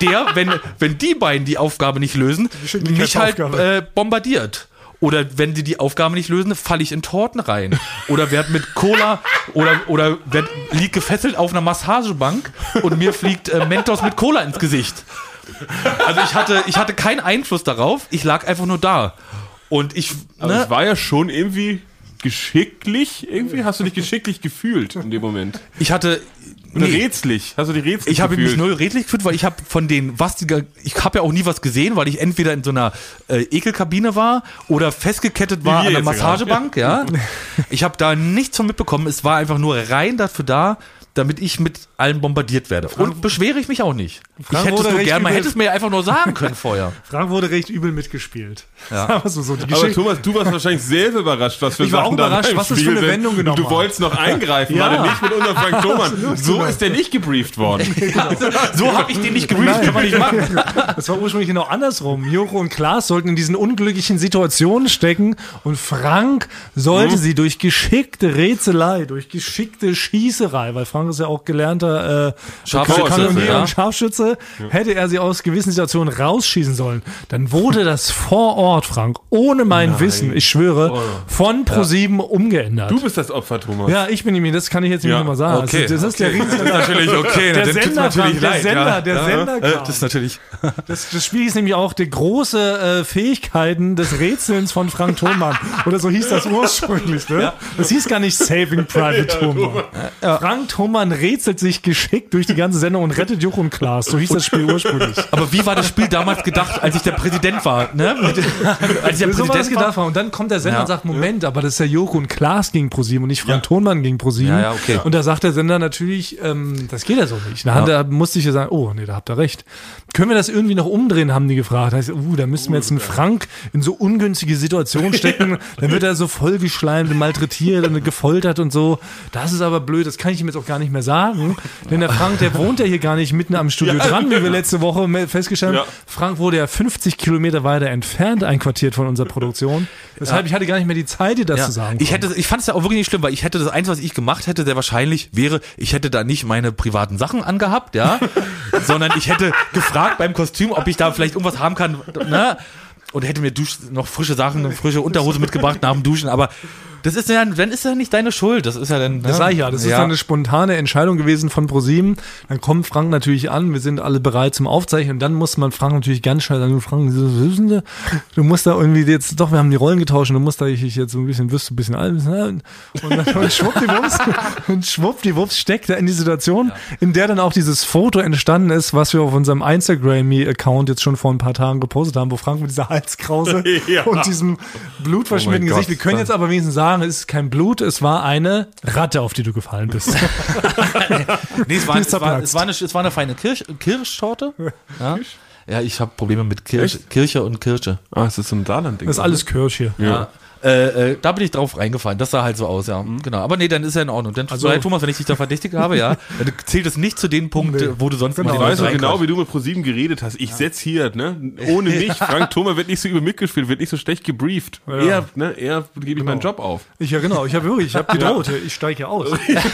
Speaker 2: Der, wenn, wenn die beiden die Aufgabe nicht lösen, mich halt
Speaker 1: Geschicklichkeitsaufgabe.
Speaker 2: äh, bombardiert. Oder wenn die die Aufgabe nicht lösen, falle ich in Torten rein. Oder werd mit Cola oder, oder werd, liegt gefesselt auf einer Massagebank und mir fliegt äh, Mentos mit Cola ins Gesicht. Also ich hatte, ich hatte keinen Einfluss darauf. Ich lag einfach nur da. Und ich,
Speaker 3: Aber
Speaker 2: ne,
Speaker 3: es war ja schon irgendwie geschicklich. Irgendwie hast du dich geschicklich gefühlt in dem Moment.
Speaker 2: ich hatte.
Speaker 3: Oder
Speaker 2: nee.
Speaker 3: Rätselig. Hast du dich rätselig
Speaker 2: Ich habe mich
Speaker 3: gefühlt?
Speaker 2: null redlich gefühlt, weil ich habe von den was die, ge- ich habe ja auch nie was gesehen, weil ich entweder in so einer äh, Ekelkabine war oder festgekettet war
Speaker 3: wir
Speaker 2: an der
Speaker 3: jetzt hier
Speaker 2: Massagebank, ja. Ich habe da nichts von mitbekommen, es war einfach nur rein dafür da, damit ich mit allem bombardiert werde. Und beschwere ich mich auch nicht.
Speaker 1: Frank
Speaker 2: ich hätte
Speaker 1: wurde
Speaker 2: es nur
Speaker 1: recht
Speaker 2: gern, man
Speaker 1: übel.
Speaker 2: hätte es mir ja einfach nur sagen können vorher.
Speaker 1: Frank wurde recht übel mitgespielt.
Speaker 2: Ja.
Speaker 1: Sagen wir so, so die
Speaker 3: Aber
Speaker 1: Geschichte.
Speaker 3: Thomas, du warst wahrscheinlich sehr überrascht, was für
Speaker 1: Ich war auch
Speaker 3: Sachen da
Speaker 1: überrascht, was das für
Speaker 3: reinspielen
Speaker 1: eine
Speaker 3: sind.
Speaker 1: Wendung genommen
Speaker 3: Und du
Speaker 1: hat.
Speaker 3: wolltest noch eingreifen,
Speaker 1: Ja. genau.
Speaker 3: war denn nicht mit unserem Frank Thomann. So ist der nicht gebrieft worden.
Speaker 2: So habe ich den nicht gebrieft, kann man nicht machen.
Speaker 1: Das war ursprünglich genau andersrum. Joko und Klaas sollten in diesen unglücklichen Situationen stecken und Frank
Speaker 2: Mhm.
Speaker 1: sollte sie durch geschickte Rätselei, durch geschickte Schießerei, weil Frank ist ja auch gelernter äh,
Speaker 2: Scharfschütze,
Speaker 1: Kanonier
Speaker 2: ja.
Speaker 1: und Scharfschütze, hätte er sie aus gewissen Situationen rausschießen sollen. Dann wurde das vor Ort, Frank, ohne mein Wissen, ich
Speaker 2: Oh.
Speaker 1: schwöre, von ProSieben umgeändert.
Speaker 3: Du bist das Opfer, Thomas.
Speaker 1: ja, ich bin ihm, das kann ich jetzt nicht
Speaker 3: Ja,
Speaker 1: nochmal sagen.
Speaker 2: okay,
Speaker 1: Also, das ist der riesige
Speaker 2: Natürlich, okay.
Speaker 1: Der
Speaker 2: dem tut's
Speaker 1: Sender, Frank, der
Speaker 2: leid,
Speaker 1: Sender, der Sender
Speaker 2: Äh,
Speaker 1: kam.
Speaker 2: Das ist natürlich.
Speaker 1: Das, das Spiel ist nämlich auch die große äh, Fähigkeiten des Rätselns von Frank Thoman. Oder so hieß das ursprünglich, ne? Das hieß gar nicht Saving Private Thoman. Frank Nummern rätselt sich geschickt durch die ganze Sendung und rettet Jochen Klaas. So hieß das Spiel ursprünglich.
Speaker 2: Aber wie war das Spiel damals gedacht, als ich der Präsident war? Ne? Mit- Als ich der
Speaker 1: so war das
Speaker 2: Präsident war.
Speaker 1: gedacht war. Und dann kommt der Sender
Speaker 2: Ja.
Speaker 1: und sagt, Moment, aber das ist ja Joko und Klaas gegen ProSieben und nicht Frank Thonmann gegen ProSieben.
Speaker 2: Ja, ja, okay.
Speaker 1: Und da sagt der Sender natürlich, ähm, das geht ja so nicht. Na, Da musste ich ja sagen, oh, nee, da habt ihr recht. Können wir das irgendwie noch umdrehen, haben die gefragt. Da heißt, uh, da müssen wir jetzt einen Frank in so ungünstige Situationen stecken. Dann wird er so vollgeschleimt und malträtiert und gefoltert und so. Das ist aber blöd, das kann ich ihm jetzt auch gar nicht mehr sagen. Denn der Frank, der wohnt ja hier gar nicht mitten am Studio dran, wie wir letzte Woche festgestellt haben.
Speaker 3: Ja.
Speaker 1: Frank wurde ja 50 Kilometer weiter entfernt einquartiert von unserer Produktion. Weshalb ich hatte gar nicht mehr die Zeit, dir das
Speaker 2: Ja.
Speaker 1: zu sagen.
Speaker 2: Ich, hätte, ich fand es ja auch wirklich nicht schlimm, weil ich hätte das eins, was ich gemacht hätte, sehr wahrscheinlich wäre, ich hätte da nicht meine privaten Sachen angehabt, ja, sondern ich hätte gefragt beim Kostüm, ob ich da vielleicht irgendwas haben kann, ne? Und hätte mir Dusch noch frische Sachen, eine frische Unterhose mitgebracht nach dem Duschen, aber das ist ja, dann ist ja nicht deine Schuld, das ist ja dann.
Speaker 1: Das sag ich ja, das ist dann eine spontane Entscheidung gewesen von ProSieben. Dann kommt Frank natürlich an, wir sind alle bereit zum Aufzeichnen und dann muss man Frank natürlich ganz schnell sagen, du Frank, wissen Sie, du musst da irgendwie jetzt, doch, wir haben die Rollen getauscht und du musst da ich ich jetzt so ein bisschen, wirst du ein bisschen alt. Ne? Und, dann, und schwuppdiwupps, und schwuppdiwupps steckt er in die Situation, in der dann auch dieses Foto entstanden ist, was wir auf unserem Instagram-Account jetzt schon vor ein paar Tagen gepostet haben, wo Frank mit dieser Halskrause
Speaker 3: Ja.
Speaker 1: und diesem blutverschmierten
Speaker 3: Oh mein
Speaker 1: Gesicht, wir
Speaker 3: Gott.
Speaker 1: können jetzt aber wenigstens sagen, es ist kein Blut, es war eine Ratte, auf die du gefallen bist.
Speaker 2: Nee, es war,
Speaker 1: Die ist
Speaker 2: es war,
Speaker 1: zerplatzt.
Speaker 2: es war, eine, es war eine feine Kirsch, Kirschtorte. Ja, ja ich habe Probleme mit Kirsch, Kirche und Kirsche.
Speaker 3: Ah, es ist so ein Saarland-Ding.
Speaker 1: Das ist alles Kirsch hier.
Speaker 3: Ja.
Speaker 2: Äh, äh, da bin ich drauf reingefallen. Das sah halt so aus, ja. Genau. Aber nee, dann ist ja in Ordnung. Dann, also, Thomas, wenn ich dich da verdächtig habe, ja, dann zählt es nicht zu den Punkten, wo du sonst
Speaker 1: Genau.
Speaker 2: mal
Speaker 3: Ich
Speaker 2: die
Speaker 3: weiß
Speaker 2: Leute
Speaker 3: noch genau,
Speaker 2: reinquatscht.
Speaker 3: wie du mit ProSieben geredet hast. Ich setz hier, ne? Ohne mich. Frank Thoma wird nicht so übel mitgespielt, wird nicht so schlecht gebrieft. Eher, ne? Eher gebe ich meinen
Speaker 1: Genau.
Speaker 3: Job auf.
Speaker 1: Ich erinnere, ich habe wirklich, ich habe gedroht, ich steige hier aus.
Speaker 2: Ich steig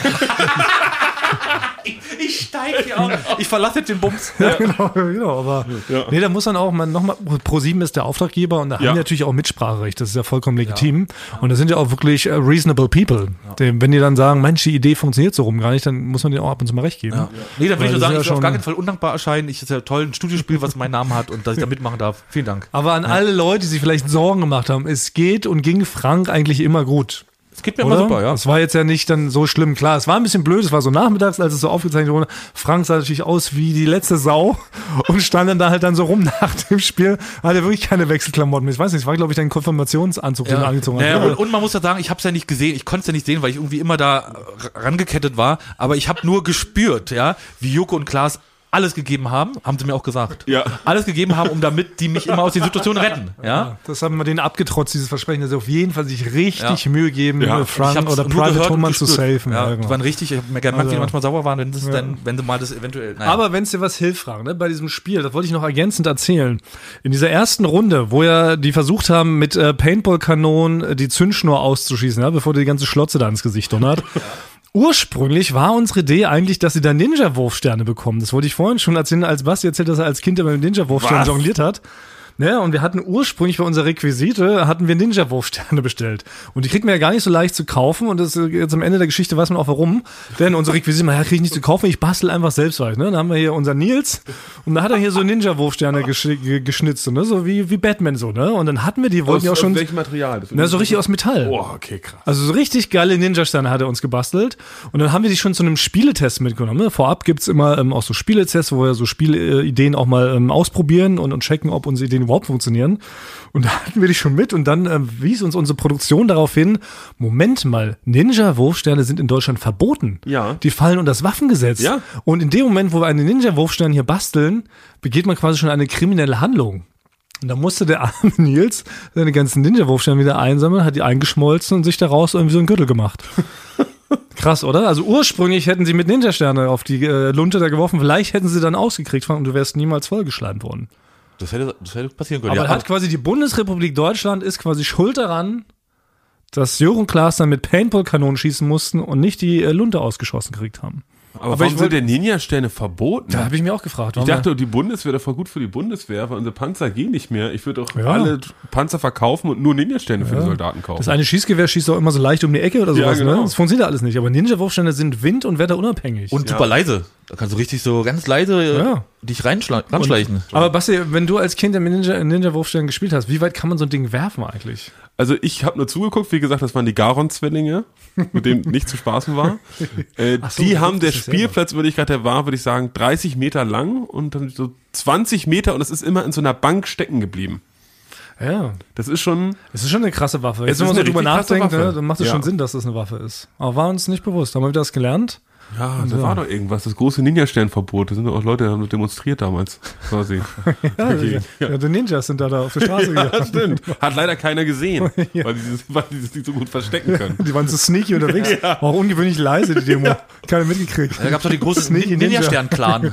Speaker 2: hier auf. Ich verlasse jetzt den Bums.
Speaker 1: Ja, genau, genau, aber nee, da muss man auch man nochmal, ProSieben ist der Auftraggeber und da
Speaker 3: Ja.
Speaker 1: haben die natürlich auch Mitspracherecht, das ist ja vollkommen legitim. Und da sind ja auch wirklich äh, reasonable people. Die, wenn die dann sagen, Mensch, die Idee funktioniert so rum gar nicht, dann muss man denen auch ab und zu mal recht geben.
Speaker 2: Nee,
Speaker 1: Weil
Speaker 2: da würde ich nur
Speaker 1: das
Speaker 2: sagen,
Speaker 1: ist
Speaker 2: ich will auf
Speaker 1: schon-
Speaker 2: gar keinen Fall undankbar erscheinen. Ich ist ja toll, ein Studiospiel, was meinen Namen hat und dass ich da mitmachen darf. Vielen Dank.
Speaker 1: Aber an alle Leute, die sich vielleicht Sorgen gemacht haben, es geht und ging Frank eigentlich immer gut.
Speaker 2: Es geht mir
Speaker 1: Oder?
Speaker 2: immer super, ja.
Speaker 1: Es war jetzt ja nicht dann so schlimm. Klar, es war ein bisschen blöd, es war so nachmittags, als es so aufgezeichnet wurde. Frank sah natürlich aus wie die letzte Sau und stand dann da halt dann so rum nach dem Spiel. Hat er wirklich keine Wechselklamotten mit. Ich weiß nicht, es war, glaube ich, dein Konfirmationsanzug, den er angezogen hat.
Speaker 2: Naja, und, und man muss ja sagen, ich habe es ja nicht gesehen, ich konnte es ja nicht sehen, weil ich irgendwie immer da r- rangekettet war, aber ich habe nur gespürt, ja, wie Joko und Klaas alles gegeben haben, haben sie mir auch gesagt.
Speaker 3: Ja.
Speaker 2: Alles gegeben haben, um damit die mich immer aus den Situationen retten, ja.
Speaker 1: das haben wir denen abgetrotzt, dieses Versprechen, dass sie auf jeden Fall sich richtig
Speaker 2: Ja.
Speaker 1: Mühe geben,
Speaker 3: Ja.
Speaker 2: Ich
Speaker 1: Frank
Speaker 2: hab's
Speaker 1: oder
Speaker 2: nur
Speaker 1: Private
Speaker 2: gehört und
Speaker 1: Thoman zu
Speaker 2: gespürt.
Speaker 1: safen.
Speaker 2: Ja,
Speaker 1: Ja,
Speaker 2: die
Speaker 1: genau.
Speaker 2: waren richtig, ich habe mir gemerkt, wie die
Speaker 1: Also-
Speaker 2: manchmal sauer waren, wenn, das dann, wenn sie mal das eventuell. Naja.
Speaker 1: Aber wenn es dir was hilft, Frank, ne, bei diesem Spiel, das wollte ich noch ergänzend erzählen. In dieser ersten Runde, wo ja die versucht haben, mit äh, Paintball-Kanonen äh, die Zündschnur auszuschießen, ja, bevor die ganze Schlotze da ins Gesicht donnert. Ursprünglich war unsere Idee eigentlich, dass sie da Ninja-Wurfsterne bekommen. Das wollte ich vorhin schon erzählen, als Basti erzählt, dass er als Kind immer mit Ninja-Wurfsternen
Speaker 3: Was?
Speaker 1: jongliert hat. Ne, und wir hatten ursprünglich bei unserer Requisite hatten wir Ninja-Wurfsterne bestellt. Und die kriegt man ja gar nicht so leicht zu kaufen. Und das äh, jetzt am Ende der Geschichte weiß man auch warum. Denn unsere Requisite, man ja, krieg ich nicht zu kaufen, ich bastel einfach selbst was. Ne? Dann haben wir hier unseren Nils und da hat er hier so Ninja-Wurfsterne gesch ge- geschnitzt, so, ne? so wie, wie Batman so, ne? Und dann hatten wir die, wollten ja auch
Speaker 3: Aus- aus
Speaker 1: schon.
Speaker 3: welchem Material? Das
Speaker 1: Na, so richtig aus Metall.
Speaker 3: Boah, Oh, okay, krass.
Speaker 1: Also so richtig geile Ninja-Sterne hat er uns gebastelt. Und dann haben wir die schon zu einem Spieletest mitgenommen. ne? Vorab gibt's immer ähm, auch so Spieletests, wo wir so Spielideen auch mal ähm, ausprobieren und, und checken, ob unsere Ideen überhaupt funktionieren. Und da hatten wir die schon mit und dann ähm, wies uns unsere Produktion darauf hin, Moment mal, Ninja-Wurfsterne sind in Deutschland verboten.
Speaker 3: Ja.
Speaker 1: Die fallen unter das Waffengesetz.
Speaker 3: Ja.
Speaker 1: Und in dem Moment, wo wir einen Ninja-Wurfstern hier basteln, begeht man quasi schon eine kriminelle Handlung. Und da musste der arme Nils seine ganzen Ninja-Wurfsterne wieder einsammeln, hat die eingeschmolzen und sich daraus irgendwie so einen Gürtel gemacht. Krass, oder? Also ursprünglich hätten sie mit Ninja-Sterne auf die äh, Lunte da geworfen. Vielleicht hätten sie dann ausgekriegt Frank, und du wärst niemals vollgeschleimt worden.
Speaker 2: das, hätte, das hätte passieren können.
Speaker 1: Aber
Speaker 2: ja.
Speaker 1: hat quasi die Bundesrepublik Deutschland ist quasi schuld daran, dass Jürgen Klaas dann mit Paintball-Kanonen schießen mussten und nicht die äh, Lunte ausgeschossen gekriegt haben.
Speaker 3: Aber,
Speaker 1: Aber
Speaker 3: warum
Speaker 1: ich wollt-
Speaker 3: sind denn Ninja-Sterne verboten?
Speaker 1: Da habe ich mir auch gefragt.
Speaker 3: ich dachte, die Bundeswehr wäre voll gut für die Bundeswehr, weil unsere Panzer gehen nicht mehr. Ich würde doch
Speaker 1: Ja.
Speaker 3: alle Panzer verkaufen und nur Ninja-Sterne für die Soldaten kaufen.
Speaker 1: das eine Schießgewehr schießt auch immer so leicht um die Ecke oder
Speaker 3: Ja,
Speaker 1: sowas.
Speaker 3: genau.
Speaker 1: ne? Das funktioniert alles nicht. Aber Ninja-Wurfstände sind wind- und wetterunabhängig.
Speaker 2: und super leise. Da kannst du richtig so ganz leise äh,
Speaker 1: Ja.
Speaker 2: dich reinschle- ranschleichen.
Speaker 1: Aber Basti, wenn du als Kind im Ninja, Ninja Wurfstern gespielt hast, wie weit kann man so ein Ding werfen eigentlich?
Speaker 3: Also ich habe nur zugeguckt, wie gesagt, das waren die Garon-Zwillinge, mit denen nicht zu spaßen war. Äh,
Speaker 1: so,
Speaker 3: die
Speaker 1: du
Speaker 3: haben der
Speaker 1: durftest das selber.
Speaker 3: Spielplatz, würde ich gerade, der war, würde ich sagen, 30 Meter lang und dann so 20 Meter und es ist immer in so einer Bank stecken geblieben.
Speaker 1: Ja,
Speaker 3: Das ist schon,
Speaker 1: es ist schon eine krasse Waffe. Jetzt,
Speaker 3: Es
Speaker 1: wenn man
Speaker 3: ist
Speaker 1: so
Speaker 3: eine
Speaker 1: drüber
Speaker 3: richtig krasse
Speaker 1: nachdenkt,
Speaker 3: Waffe.
Speaker 1: ne, dann macht es
Speaker 3: Ja.
Speaker 1: schon Sinn, dass das eine Waffe ist. Aber war uns nicht bewusst. Haben wir wieder das gelernt?
Speaker 3: ja, Ah, da war doch irgendwas, das große Ninja-Sternverbot. Da sind doch auch Leute, die haben demonstriert damals, quasi.
Speaker 1: Ja,
Speaker 3: Okay.
Speaker 1: ja. die Ninjas sind da, da auf die Straße
Speaker 3: Ja,
Speaker 1: gegangen.
Speaker 3: stimmt. Hat leider keiner gesehen, weil die es weil die es nicht so gut verstecken können.
Speaker 1: Die waren so sneaky unterwegs. War auch ungewöhnlich leise, die Demo. Keiner mitgekriegt.
Speaker 2: Da gab es doch die große
Speaker 1: Sneaky Ninja.
Speaker 2: Ninja-Stern-Clan.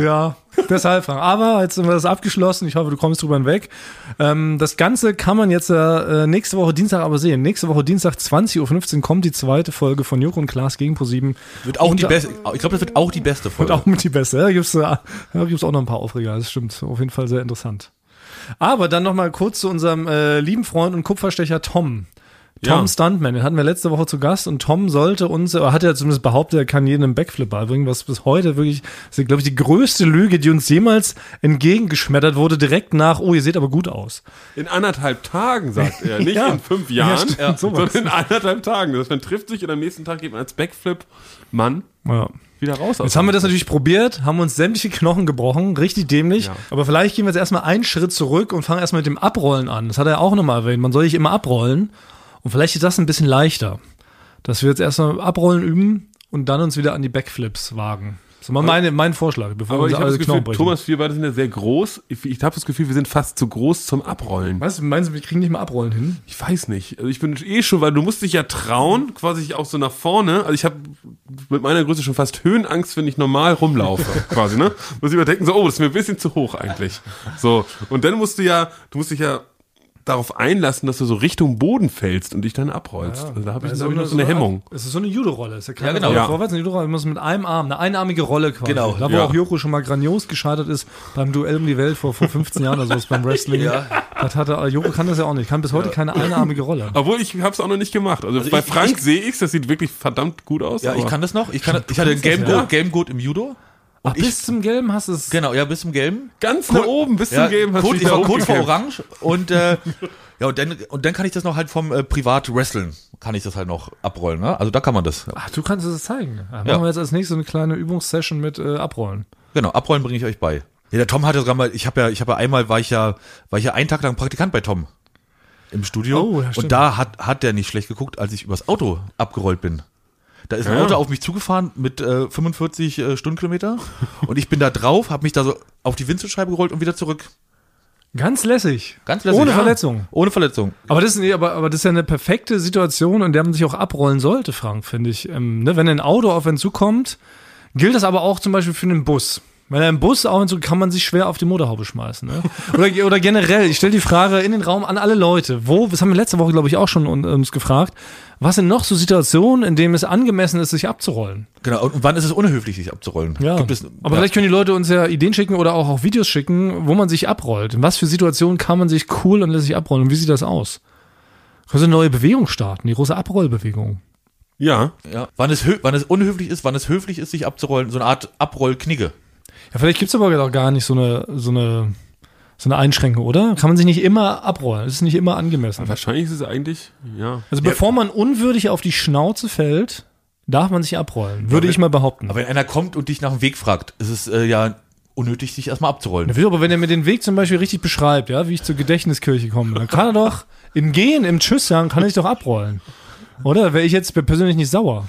Speaker 1: Ja, deshalb, Frank. Aber jetzt haben wir das abgeschlossen. Ich hoffe, du kommst drüber hinweg. Ähm, das Ganze kann man jetzt äh, nächste Woche Dienstag aber sehen. Nächste Woche Dienstag, 20.15 Uhr, kommt die zweite Folge von Joko und Klaas gegen ProSieben.
Speaker 2: Wird auch die
Speaker 1: Unter-
Speaker 2: beste, ich glaube, das wird auch die beste
Speaker 1: Und
Speaker 2: Folge.
Speaker 1: auch mit die beste. Da gibt's äh, da gibt's auch noch ein paar Aufreger. Das stimmt. Auf jeden Fall sehr interessant. Aber dann nochmal kurz zu unserem äh, lieben Freund und Kupferstecher Tom. Tom
Speaker 3: Ja.
Speaker 1: Stuntman, den hatten wir letzte Woche zu Gast und Tom sollte uns, oder hat er zumindest behauptet, er kann jeden einen Backflip beibringen, was bis heute wirklich, das ist, glaube ich, die größte Lüge, die uns jemals entgegengeschmettert wurde, direkt nach, oh, ihr seht aber gut aus.
Speaker 3: In anderthalb Tagen, sagt er. Nicht
Speaker 1: Ja.
Speaker 3: in fünf
Speaker 1: Ja,
Speaker 3: Jahren,
Speaker 1: stimmt, Ja. sowas.
Speaker 3: sondern in anderthalb Tagen. Das heißt, man trifft sich und am nächsten Tag geht man als Backflip-Mann
Speaker 1: Ja.
Speaker 3: wieder raus. aus
Speaker 1: Jetzt haben wir
Speaker 3: dem-
Speaker 1: das natürlich probiert, haben uns sämtliche Knochen gebrochen, richtig dämlich. Aber vielleicht gehen wir jetzt erstmal einen Schritt zurück und fangen erstmal mit dem Abrollen an. Das hat er auch nochmal erwähnt. Man soll sich immer abrollen. Und vielleicht ist das ein bisschen leichter. Dass wir jetzt erstmal abrollen üben und dann uns wieder an die Backflips wagen. So mal meine, mein Vorschlag, bevor
Speaker 3: Aber
Speaker 1: wir uns
Speaker 3: ich habe
Speaker 1: alle
Speaker 3: das Gefühl,
Speaker 1: Knochen also brechen.
Speaker 3: Thomas, wir beide sind ja sehr groß. Ich, ich habe das Gefühl, wir sind fast zu groß zum Abrollen.
Speaker 1: Weißt du, meinst du, wir kriegen nicht mal abrollen hin?
Speaker 3: Ich weiß nicht. Also ich bin eh schon, weil du musst dich ja trauen, quasi auch so nach vorne. Also ich habe mit meiner Größe schon fast Höhenangst, wenn ich normal rumlaufe, quasi, ne? Muss ich mir denken, so, oh, das ist mir ein bisschen zu hoch eigentlich. So. Und dann musst du ja, du musst dich ja darauf einlassen, dass du so Richtung Boden fällst und dich dann abrollst. Also da habe ich, da hab ich noch so eine Hemmung.
Speaker 1: Es ist so eine Judo-Rolle. Es ist ja keine
Speaker 2: Ja, genau.
Speaker 1: Rolle
Speaker 3: Ja.
Speaker 1: vorwärts, eine Judo-Rolle. Man muss mit einem Arm, eine einarmige Rolle quasi.
Speaker 2: Genau,
Speaker 1: Da, wo
Speaker 3: ja.
Speaker 1: auch Joko schon mal grandios gescheitert ist beim Duell um die Welt vor, vor 15 Jahren oder sowas beim Wrestling. Das hatte, äh, Joko kann das ja auch nicht. Kann bis heute keine einarmige Rolle.
Speaker 3: Obwohl, ich habe es auch noch nicht gemacht. Also,
Speaker 2: ich-
Speaker 3: bei
Speaker 2: ich-
Speaker 3: Frank
Speaker 2: ich-
Speaker 3: sehe ich's, das sieht wirklich verdammt gut aus.
Speaker 2: Ja, ich
Speaker 3: aber-
Speaker 2: kann das noch. Ich, kann, ich hatte einen Game,
Speaker 1: das, ja.
Speaker 2: Go, Game Goat im Judo.
Speaker 1: Ach, bis zum Gelben hast du es.
Speaker 2: Genau, ja, bis zum Gelben.
Speaker 3: Ganz nach oben, bis
Speaker 2: Ja,
Speaker 3: zum Game
Speaker 2: kurz,
Speaker 3: dich
Speaker 2: ich
Speaker 3: da
Speaker 2: war kurz vor
Speaker 3: hochgekämpft.
Speaker 2: Orange und äh, ja, und dann, und dann kann ich das noch halt vom äh, Privat wrestlen. Kann ich das halt noch abrollen, ne? Also da kann man das.
Speaker 1: Ach, du kannst es zeigen. Dann
Speaker 2: Ja.
Speaker 1: Machen wir jetzt als nächstes eine kleine Übungssession mit äh, Abrollen.
Speaker 2: Genau, abrollen bringe ich euch bei. Ja, der Tom hatte sogar mal, ich habe ja, ich habe ja einmal, war ich ja, war ich ja einen Tag lang Praktikant bei Tom im Studio.
Speaker 1: Oh, ja, stimmt.
Speaker 2: und da hat, hat der nicht schlecht geguckt, als ich übers Auto abgerollt bin. Da ist ein Auto auf mich zugefahren mit äh, 45 äh, Stundenkilometer und ich bin da drauf, habe mich da so auf die Windschutzscheibe gerollt und wieder zurück.
Speaker 1: Ganz lässig.
Speaker 2: Ganz lässig.
Speaker 1: Ohne
Speaker 2: Ja.
Speaker 1: Verletzung.
Speaker 2: Ohne Verletzung.
Speaker 1: Aber das, ist, nee, aber, aber das ist ja eine perfekte Situation, in der man sich auch abrollen sollte, Frank, finde ich. Ähm, ne? Wenn ein Auto auf einen zukommt, gilt das aber auch zum Beispiel für einen Bus. Wenn ein Bus auf einen zukommt, kann man sich schwer auf die Motorhaube schmeißen. Ne? Oder, oder generell, ich stelle die Frage in den Raum an alle Leute. Wo, das haben wir letzte Woche, glaube ich, auch schon un- uns gefragt. Was sind noch so Situationen, in denen es angemessen ist, sich abzurollen?
Speaker 2: Genau, und wann ist es unhöflich, sich abzurollen?
Speaker 1: Ja.
Speaker 2: Gibt es,
Speaker 1: aber vielleicht können die Leute uns ja Ideen schicken oder auch, auch Videos schicken, wo man sich abrollt. In was für Situationen kann man sich cool und lässig abrollen? Und wie sieht das aus? Können wir eine neue Bewegung starten, die große Abrollbewegung.
Speaker 3: Ja.
Speaker 2: ja. wann, es hö- wann es unhöflich ist, wann es höflich ist, sich abzurollen, so eine Art Abrollknigge.
Speaker 1: Ja, vielleicht gibt's aber doch gar nicht so eine, so eine, so eine Einschränkung, oder? Kann man sich nicht immer abrollen. Es ist nicht immer angemessen.
Speaker 3: Wahrscheinlich ist es eigentlich, ja.
Speaker 1: Also bevor man unwürdig auf die Schnauze fällt, darf man sich abrollen. Würde ich mal behaupten.
Speaker 2: Aber wenn einer kommt und dich nach dem Weg fragt, ist es äh, ja unnötig, sich erstmal abzurollen.
Speaker 1: Wieso, aber wenn er mir den Weg zum Beispiel richtig beschreibt, ja, wie ich zur Gedächtniskirche komme, dann kann er doch im Gehen, im Tschüss sagen, kann er sich doch abrollen. Oder? Wäre ich jetzt persönlich nicht sauer.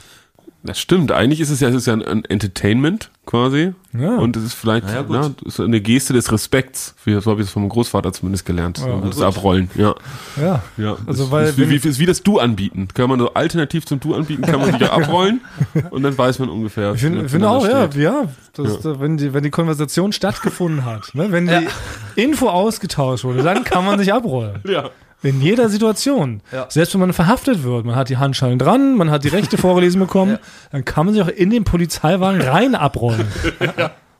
Speaker 3: Das stimmt. Eigentlich ist es ja, es ist ja ein- ein Entertainment quasi.
Speaker 1: Ja.
Speaker 3: Und es ist vielleicht
Speaker 2: ja, gut.
Speaker 3: na, das ist eine Geste des Respekts. Wie, so habe ich es vom Großvater zumindest gelernt. so, das Abrollen. Ja.
Speaker 1: Ja.
Speaker 3: ja.
Speaker 1: Also,
Speaker 3: ist,
Speaker 1: weil
Speaker 3: ist, wie,
Speaker 1: wenn-
Speaker 3: wie, ist wie das Du anbieten. Kann man so alternativ zum Du anbieten, kann man sich ja abrollen und dann weiß man ungefähr.
Speaker 1: Ich finde
Speaker 3: wie
Speaker 1: find
Speaker 3: man da
Speaker 1: auch, ja,
Speaker 3: steht.
Speaker 1: ja, das, äh, Wenn, die, wenn die Konversation stattgefunden hat, ne, wenn die Info ausgetauscht wurde, dann kann man sich abrollen.
Speaker 3: Ja.
Speaker 1: In jeder Situation.
Speaker 2: Ja.
Speaker 1: Selbst wenn man verhaftet wird, man hat die Handschellen dran, man hat die Rechte vorgelesen bekommen, dann kann man sich auch in den Polizeiwagen rein abrollen.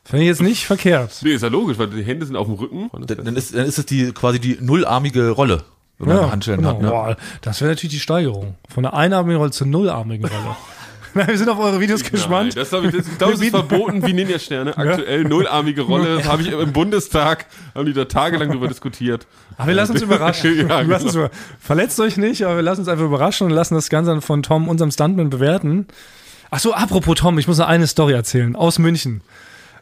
Speaker 1: Finde ich jetzt nicht verkehrt.
Speaker 3: Nee, ist ja logisch, weil die Hände sind auf dem Rücken.
Speaker 2: Dann, dann, ist, dann ist es die quasi die nullarmige Rolle, wenn man Handschellen
Speaker 1: genau.
Speaker 2: hat. Ne?
Speaker 1: Boah, das wäre natürlich die Steigerung. Von einer einarmigen Rolle zur nullarmigen Rolle. Nein, wir sind auf eure Videos
Speaker 3: Nein,
Speaker 1: gespannt.
Speaker 3: das glaub ich, das- ich glaube, es ist verboten wie Ninja-Sterne. Aktuell nullarmige Rolle. Habe ich im Bundestag, haben die da tagelang drüber diskutiert.
Speaker 1: Aber wir lassen uns überraschen.
Speaker 3: Ja, genau.
Speaker 1: wir lassen uns über Verletzt euch nicht, aber wir lassen uns einfach überraschen und lassen das Ganze dann von Tom, unserem Stuntman, bewerten. Ach so, apropos Tom, ich muss noch eine Story erzählen aus München.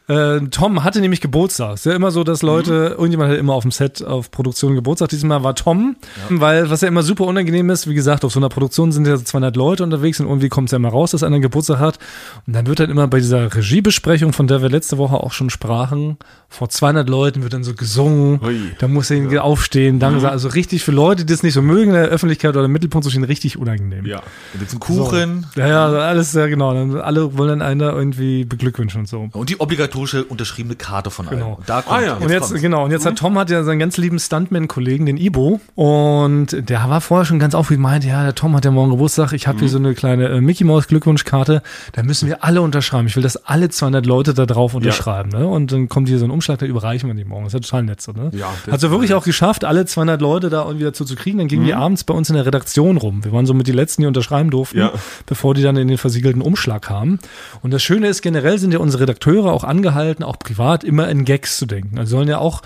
Speaker 1: Äh, Tom hatte nämlich Geburtstag. Ist ja immer so, dass Leute,
Speaker 3: Mhm.
Speaker 1: irgendjemand hat immer auf dem Set auf Produktion Geburtstag. Diesmal war Tom, weil was ja immer super unangenehm ist, wie gesagt, auf so einer Produktion sind ja so 200 Leute unterwegs und irgendwie kommt es ja immer raus, dass einer Geburtstag hat. Und dann wird dann immer bei dieser Regiebesprechung, von der wir letzte Woche auch schon sprachen, vor 200 Leuten wird dann so gesungen.
Speaker 3: Ui.
Speaker 1: Da muss er ja. aufstehen,
Speaker 3: Mhm.
Speaker 1: dann sagen, also richtig für Leute, die das nicht so mögen in der Öffentlichkeit oder im Mittelpunkt zu stehen, richtig unangenehm.
Speaker 3: Ja.
Speaker 2: Da gibt's einen Kuchen.
Speaker 1: Ja, ja, alles, ja genau. Dann alle wollen dann einer irgendwie beglückwünschen und so.
Speaker 2: Und die obligatorische unterschriebene Karte von allen.
Speaker 1: Genau.
Speaker 2: Und Da kommt,
Speaker 3: Ah, ja.
Speaker 1: Und jetzt,
Speaker 2: kommt's.
Speaker 1: genau, und jetzt
Speaker 3: Mhm.
Speaker 1: hat Tom hat ja seinen ganz lieben Stuntman-Kollegen, den Ibo, und der war vorher schon ganz aufgeregt, meinte, ja, der Tom hat ja morgen Geburtstag, ich
Speaker 3: Mhm.
Speaker 1: habe hier so eine kleine äh, Mickey Mouse Glückwunschkarte, da müssen wir alle unterschreiben. Ich will, dass alle 200 Leute da drauf unterschreiben, ne? Und dann kommt hier so ein Umschlag, da überreichen wir die morgen. Das ist ja total nett so, ne?
Speaker 3: Ja, das
Speaker 1: hat sie wirklich auch geschafft, alle 200 Leute da irgendwie dazu zu kriegen. Dann gingen
Speaker 3: Mhm.
Speaker 1: die abends bei uns in der Redaktion rum. Wir waren so mit die letzten, die unterschreiben durften,
Speaker 3: Ja.
Speaker 1: bevor die dann in den versiegelten Umschlag kamen. Und das Schöne ist, generell sind ja unsere Redakteure auch angehalten, auch privat immer in Gags zu denken. Also sollen ja auch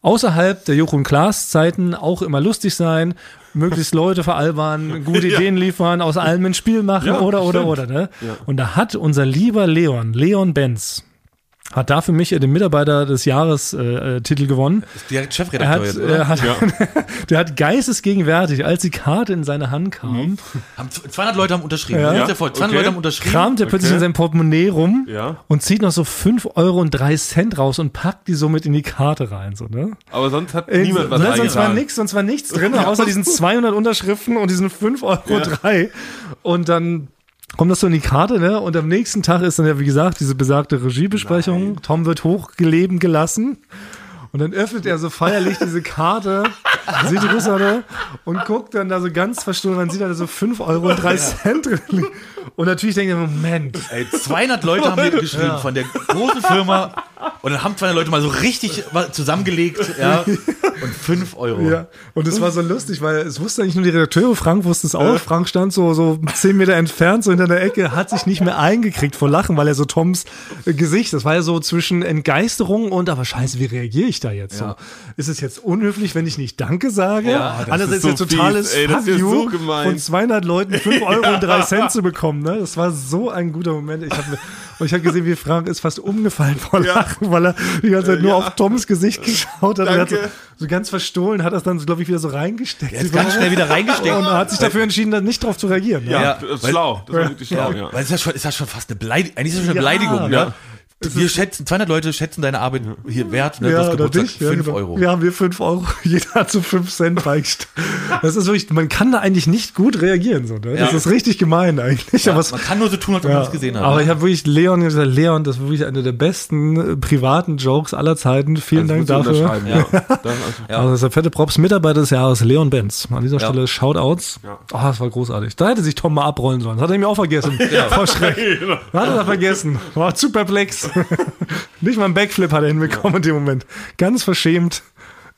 Speaker 1: außerhalb der Jochen Klaas Zeiten auch immer lustig sein, möglichst Leute veralbern, gute Ideen liefern, aus allem ein Spiel machen
Speaker 3: Ja,
Speaker 1: oder oder
Speaker 3: stimmt.
Speaker 1: oder. Ne? Und da hat unser lieber Leon, Leon Benz, hat da für mich äh, den Mitarbeiter des Jahres äh, äh, Titel gewonnen.
Speaker 2: Ist direkt
Speaker 1: Er
Speaker 2: Chefredakteur
Speaker 1: hat,
Speaker 2: jetzt, oder?
Speaker 1: er hat, der hat geistesgegenwärtig, als die Karte in seine Hand kam,
Speaker 3: Mhm.
Speaker 2: Haben z- 200 Leute haben unterschrieben.
Speaker 1: Ja.
Speaker 2: Ja. 200
Speaker 3: Okay.
Speaker 2: Leute haben unterschrieben.
Speaker 1: kramt er plötzlich
Speaker 3: Okay.
Speaker 1: in seinem Portemonnaie rum
Speaker 3: Ja.
Speaker 1: und zieht noch so 5 Euro und 3 Cent raus und packt die somit in die Karte rein. So, ne?
Speaker 3: Aber sonst hat niemand was
Speaker 1: Sonst- sonst war
Speaker 3: eingetragen.
Speaker 1: nichts, sonst war nichts drin, außer diesen 200 Unterschriften und diesen 5 Euro drei. Und dann kommt das so in die Karte, ne? Und am nächsten Tag ist dann ja, wie gesagt, diese besagte Regiebesprechung. Tom wird hochleben gelassen. Und dann öffnet er so feierlich diese Karte, sieht die Russerne und guckt dann da so ganz verstohlen, man sieht da so 5 Euro und 3 Cent drin. liegen. Und natürlich denkt er, Moment,
Speaker 2: Ey, 200 Leute haben hier geschrieben von der großen Firma. Und dann haben 200 Leute mal so richtig was zusammengelegt. Ja. Und 5 Euro.
Speaker 1: Ja, und es war so lustig, weil es wusste nicht nur die Redakteure, Frank wusste es auch. Frank stand so, so zehn Meter entfernt, so hinter der Ecke, hat sich nicht mehr eingekriegt vor Lachen, weil er so Toms äh, Gesicht, das war ja so zwischen Entgeisterung und, aber scheiße, wie reagiere ich da jetzt so? Ist es jetzt unhöflich, wenn ich nicht Danke sage?
Speaker 2: Ja, das
Speaker 1: Andererseits
Speaker 3: ist so
Speaker 1: jetzt totales
Speaker 3: fies, ey, das
Speaker 1: Fuck
Speaker 3: ist
Speaker 1: you
Speaker 3: so gemein.
Speaker 1: von 200 Leuten 5 Euro und 3 Cent zu bekommen. Ne? Das war so ein guter Moment. Ich habe und ich hab gesehen, wie Frank ist fast umgefallen vor Lachen, weil er die ganze Zeit nur
Speaker 3: Äh, ja.
Speaker 1: auf Toms Gesicht geschaut hat. Und er hat so,
Speaker 3: Danke.
Speaker 1: so ganz verstohlen, hat das dann, glaube ich, wieder so reingesteckt.
Speaker 2: Jetzt ganz schnell wieder reingesteckt.
Speaker 1: und hat sich dafür entschieden, da nicht drauf zu reagieren. ne?
Speaker 3: Ja,
Speaker 2: Ja.
Speaker 3: das ist schlau. Das war wirklich schlau, Genau, ja.
Speaker 2: Weil es ist ja schon, ist ja schon fast eine Beleidigung. Eigentlich ist es schon eine
Speaker 1: Ja.
Speaker 2: Beleidigung, ne?
Speaker 1: Ja.
Speaker 2: Wir schätzen, 200 Leute schätzen deine Arbeit hier wert, ne?
Speaker 1: Ja,
Speaker 2: das
Speaker 1: oder dich.
Speaker 2: Geburtstag 5
Speaker 1: ja, genau.
Speaker 2: Euro.
Speaker 1: Ja, wir 5 Euro. Jeder hat so 5 Cent beigesteuert. Das ist wirklich, man kann da eigentlich nicht gut reagieren. So, ne? Das
Speaker 2: Ja.
Speaker 1: ist richtig gemein eigentlich. aber es,
Speaker 2: Man kann nur so tun, als ob
Speaker 1: Ja,
Speaker 2: man es gesehen hat.
Speaker 1: Aber ich habe wirklich Leon gesagt, Leon, das war wirklich einer der besten äh, privaten Jokes aller Zeiten. Vielen
Speaker 2: Also
Speaker 3: Also, Das
Speaker 1: Dank
Speaker 3: musst du
Speaker 1: dafür.
Speaker 3: unterschreiben, Ja. Das ist einfach-
Speaker 1: Also das ist der fette Props Mitarbeiter des Jahres, Leon Benz. An dieser Stelle Shoutouts.
Speaker 3: Ja.
Speaker 1: Ah, das war großartig. Da hätte sich Tom mal abrollen sollen. Das hat er mir auch vergessen. Vor Schreck. Hat er da vergessen. War zu perplex. Nicht mal einen Backflip hat er hinbekommen in dem Moment. Ganz verschämt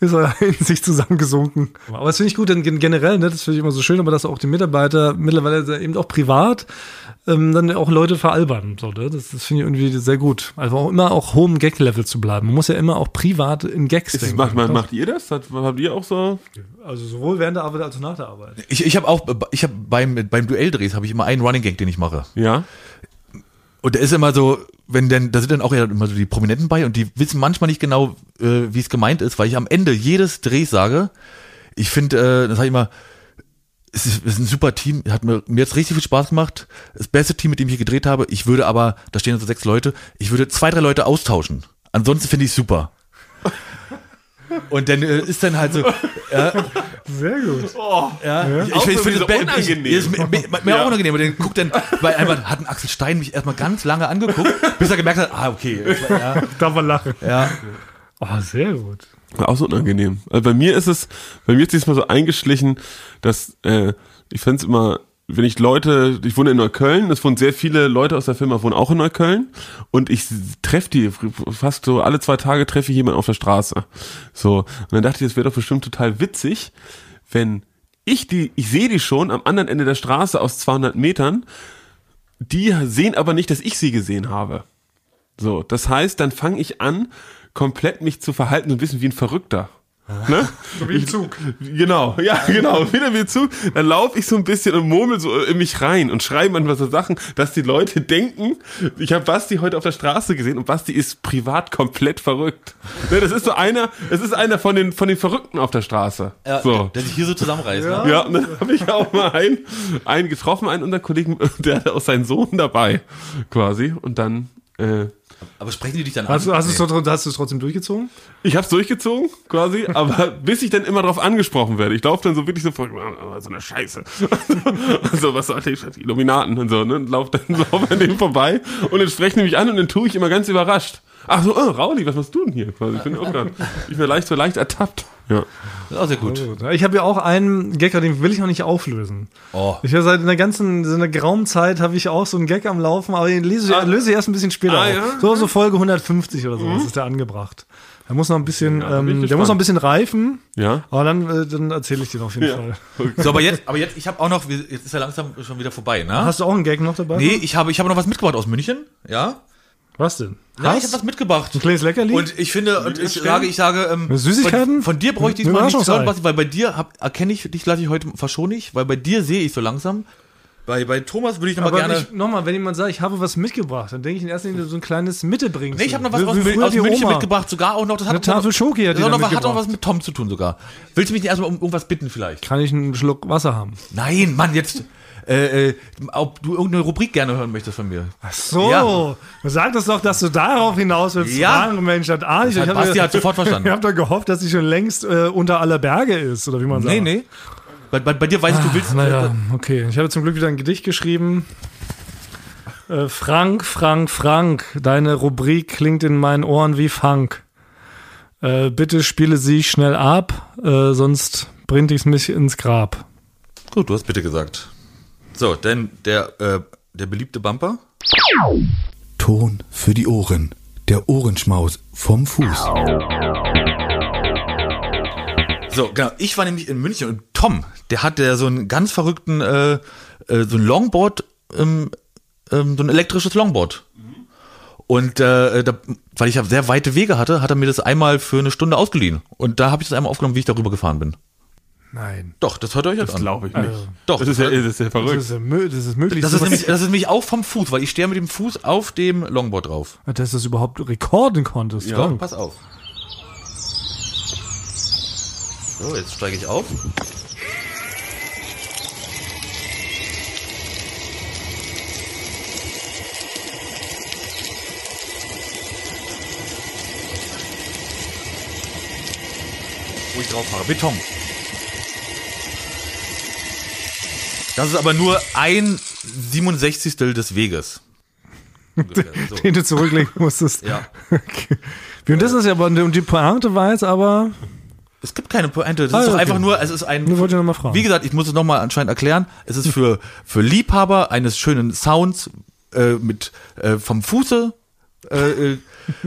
Speaker 1: ist er in sich zusammengesunken. Aber das finde ich gut, denn gen- generell, ne, das finde ich immer so schön, aber dass auch die Mitarbeiter mittlerweile eben auch privat ähm, dann auch Leute veralbern. So, ne? Das, das finde ich irgendwie sehr gut. Also auch immer auch hohem Gag-Level zu bleiben. Man muss ja immer auch privat in Gags
Speaker 3: Ist das,
Speaker 1: denken.
Speaker 3: macht,
Speaker 1: Das-
Speaker 3: macht ihr das? Hat, habt ihr auch so?
Speaker 1: also sowohl während der Arbeit als auch nach der Arbeit.
Speaker 2: Ich, ich habe auch, äh, ich habe beim, beim Duelldrehs habe ich immer einen Running Gag, den ich mache.
Speaker 3: Ja.
Speaker 2: Und der ist immer so, wenn denn, da sind dann auch ja immer so die Prominenten bei und die wissen manchmal nicht genau, äh, wie es gemeint ist, weil ich am Ende jedes Drehs sage, ich finde, äh, das sage ich immer, es ist, es ist ein super Team, hat mir, mir jetzt richtig viel Spaß gemacht. Das beste Team, mit dem ich hier gedreht habe. Ich würde aber, da stehen so sechs Leute, ich würde zwei, drei Leute austauschen. Ansonsten finde ich super. Und dann äh, ist dann halt so,
Speaker 1: Sehr gut.
Speaker 2: Ich,
Speaker 3: Auch
Speaker 2: ich finde
Speaker 3: irgendwie
Speaker 2: es
Speaker 3: so
Speaker 2: be-
Speaker 3: unangenehm.
Speaker 2: Ich, ist mir, mir, mir auch unangenehm. Und dann guckt dann, weil einmal hat ein Axel Stein mich erstmal ganz lange angeguckt, bis er gemerkt hat, ah, okay. jetzt war- Ja,
Speaker 1: Darf man lachen.
Speaker 2: ja.
Speaker 1: Oh, sehr gut.
Speaker 3: War auch so unangenehm. Also bei mir ist es, bei mir ist diesmal so eingeschlichen, dass äh, ich find's immer, wenn ich Leute, ich wohne in Neukölln, es wohnen sehr viele Leute aus der Firma, wohnen auch in Neukölln und ich treffe die fast so alle zwei Tage treffe ich jemanden auf der Straße. So und dann dachte ich, das wäre doch bestimmt total witzig, wenn ich die, ich sehe die schon am anderen Ende der Straße aus 200 Metern die sehen aber nicht, dass ich sie gesehen habe. So, das heißt, dann fange ich an, komplett mich zu verhalten, so ein bisschen wie ein Verrückter. Ne?
Speaker 1: So wie im Zug.
Speaker 3: Genau, ja, genau. Wieder mir zu. Dann laufe ich so ein bisschen und murmel so in mich rein und schreibe manchmal so Sachen, dass die Leute denken, ich habe Basti heute auf der Straße gesehen und Basti ist privat komplett verrückt. Ne, das ist so einer, es ist einer von den, von den Verrückten auf der Straße.
Speaker 2: Ja,
Speaker 3: so.
Speaker 2: Der sich hier so zusammenreißt. Ne?
Speaker 3: Ja, und dann habe ich auch mal einen, einen getroffen, einen unserer Kollegen, der hatte auch seinen Sohn dabei, quasi. Und dann, äh,
Speaker 2: Aber sprechen die dich dann
Speaker 1: Hast, du-
Speaker 2: an?
Speaker 1: hast, du es
Speaker 2: Nee.
Speaker 1: trotzdem- hast du es trotzdem durchgezogen?
Speaker 3: ich hab's durchgezogen, quasi, aber bis ich dann immer drauf angesprochen werde. Ich laufe dann so wirklich so vor, "Ah, so eine Scheiße. Also, was soll die Scheiße? Illuminaten und so, ne? Und lauf dann lauf an dem vorbei und dann sprechen die mich an und dann tue ich immer ganz überrascht. Ach so, oh, Rauli, was machst du denn hier? Quasi, ich bin auch grad, ich bin leicht so leicht ertappt. Ja.
Speaker 2: Das ist auch sehr gut.
Speaker 1: Gut. Ich habe ja auch einen Gag, aber den will ich noch nicht auflösen.
Speaker 2: Oh.
Speaker 1: Ich habe seit einer ganzen, so einer geraumen Zeit habe ich auch so einen Gag am Laufen, aber den lese ich,
Speaker 3: Ah.
Speaker 1: löse ich erst ein bisschen später
Speaker 3: Ah,
Speaker 1: auf.
Speaker 3: ja? Mhm.
Speaker 1: So, so Folge 150 oder sowas ist der angebracht. Der muss noch ein bisschen,
Speaker 3: Ja, da bin
Speaker 1: ähm,
Speaker 3: ich
Speaker 1: der
Speaker 3: gespannt.
Speaker 1: muss noch ein bisschen reifen,
Speaker 3: Ja.
Speaker 1: aber dann, äh, dann erzähle ich den auf jeden
Speaker 3: Ja.
Speaker 1: Fall.
Speaker 2: So, aber jetzt, aber jetzt, ich habe auch noch, wir- jetzt ist ja langsam schon wieder vorbei, ne?
Speaker 1: Hast du auch einen Gag noch dabei?
Speaker 2: nee, ich habe, ich habe noch was mitgebracht aus München, ja?
Speaker 1: Was denn?
Speaker 2: Ja, ich habe was mitgebracht.
Speaker 1: Ein kleines Leckerli?
Speaker 2: Und ich finde, und ich
Speaker 3: Stellen?
Speaker 2: sage, ich sage, ähm,
Speaker 1: Süßigkeiten?
Speaker 2: Von, von dir brauche ich
Speaker 1: Ein
Speaker 2: diesmal nichts hören,
Speaker 1: Überraschungsei.
Speaker 2: Basti, weil bei dir hab, erkenne ich dich, lasse ich heute verschone ich, weil bei dir sehe ich so langsam. Bei, bei Thomas würde ich nochmal
Speaker 1: aber
Speaker 2: gerne.
Speaker 1: ich- nochmal, wenn jemand sagt, ich habe was mitgebracht, dann denke ich in erster Linie so ein kleines Mittelbringsel.
Speaker 2: nee, ich habe noch was
Speaker 1: Wie-
Speaker 2: aus,
Speaker 1: wie
Speaker 2: Mün-
Speaker 1: früher
Speaker 2: aus
Speaker 1: die
Speaker 2: München
Speaker 1: Oma.
Speaker 2: mitgebracht, sogar auch noch. Das hat
Speaker 1: Eine Tafel Schoki hat
Speaker 2: hat,
Speaker 1: die
Speaker 2: das
Speaker 1: dann
Speaker 2: noch, hat auch
Speaker 1: mitgebracht.
Speaker 2: was mit Tom zu tun sogar. Willst du mich nicht erstmal um irgendwas bitten vielleicht?
Speaker 1: Kann ich einen Schluck Wasser haben?
Speaker 2: Nein, Mann, jetzt. Äh, äh, ob du irgendeine Rubrik gerne hören möchtest von mir.
Speaker 1: Ach so,
Speaker 2: Ja.
Speaker 1: sag das doch, dass du darauf hinaus willst.
Speaker 2: Ja.
Speaker 1: Fragen, Mensch, hat ah, ich,
Speaker 2: hat
Speaker 1: hab
Speaker 2: Basti
Speaker 1: ja-
Speaker 2: hat sofort verstanden.
Speaker 1: Ich habe da gehofft, dass sie schon längst äh, unter aller Berge ist, oder wie man sagt.
Speaker 2: Nee, nee. Bei, bei, bei dir weiß ich, du willst.
Speaker 1: Ah, Naja, okay. Ich habe zum Glück wieder ein Gedicht geschrieben. Äh, Frank, Frank, Frank, deine Rubrik klingt in meinen Ohren wie Funk. Äh, bitte spiele sie schnell ab, äh, sonst bringt ich's mich ins Grab.
Speaker 2: Gut, du hast bitte gesagt. So, denn der, äh, der beliebte Bumper.
Speaker 5: Ton für die Ohren. Der Ohrenschmaus vom Fuß.
Speaker 2: So, genau. Ich war nämlich in München und Tom, der hatte ja so einen ganz verrückten, äh, äh, so ein Longboard, ähm, ähm, so ein elektrisches Longboard. Und äh, da, weil ich ja sehr weite Wege hatte, hat er mir das einmal für eine Stunde ausgeliehen. Und da habe ich das einmal aufgenommen, wie ich darüber gefahren bin.
Speaker 1: Nein.
Speaker 2: Doch, das hört euch jetzt
Speaker 3: Das
Speaker 2: an.
Speaker 3: glaube ich nicht.
Speaker 2: Doch.
Speaker 3: Das ist ja, das ist ja
Speaker 1: Das
Speaker 3: verrückt.
Speaker 1: ist, ja mö- das ist möglich.
Speaker 2: Das ist, nämlich, das ist nämlich auch vom Fuß, weil ich stehe mit dem Fuß auf dem Longboard drauf.
Speaker 1: dass du es überhaupt rekorden konntest.
Speaker 3: Ja.
Speaker 1: Frank.
Speaker 2: Pass auf. So, jetzt steige ich auf. Wo ich drauf fahre. Beton. Das ist aber nur ein 67. des Weges. Ungefähr. So.
Speaker 1: den du zurücklegen musstest.
Speaker 2: also- Ja.
Speaker 1: Okay. Wie, Und das ist ja aber, und die Pointe war jetzt aber,
Speaker 2: Es gibt keine Pointe. Das
Speaker 1: Ah,
Speaker 2: ist doch
Speaker 1: okay.
Speaker 2: einfach nur, es ist ein.
Speaker 1: Nur wollte ich noch mal fragen.
Speaker 2: Wie gesagt, ich muss es nochmal anscheinend erklären. Es ist für, für Liebhaber eines schönen Sounds äh, mit äh, vom Fuße. Äh, äh,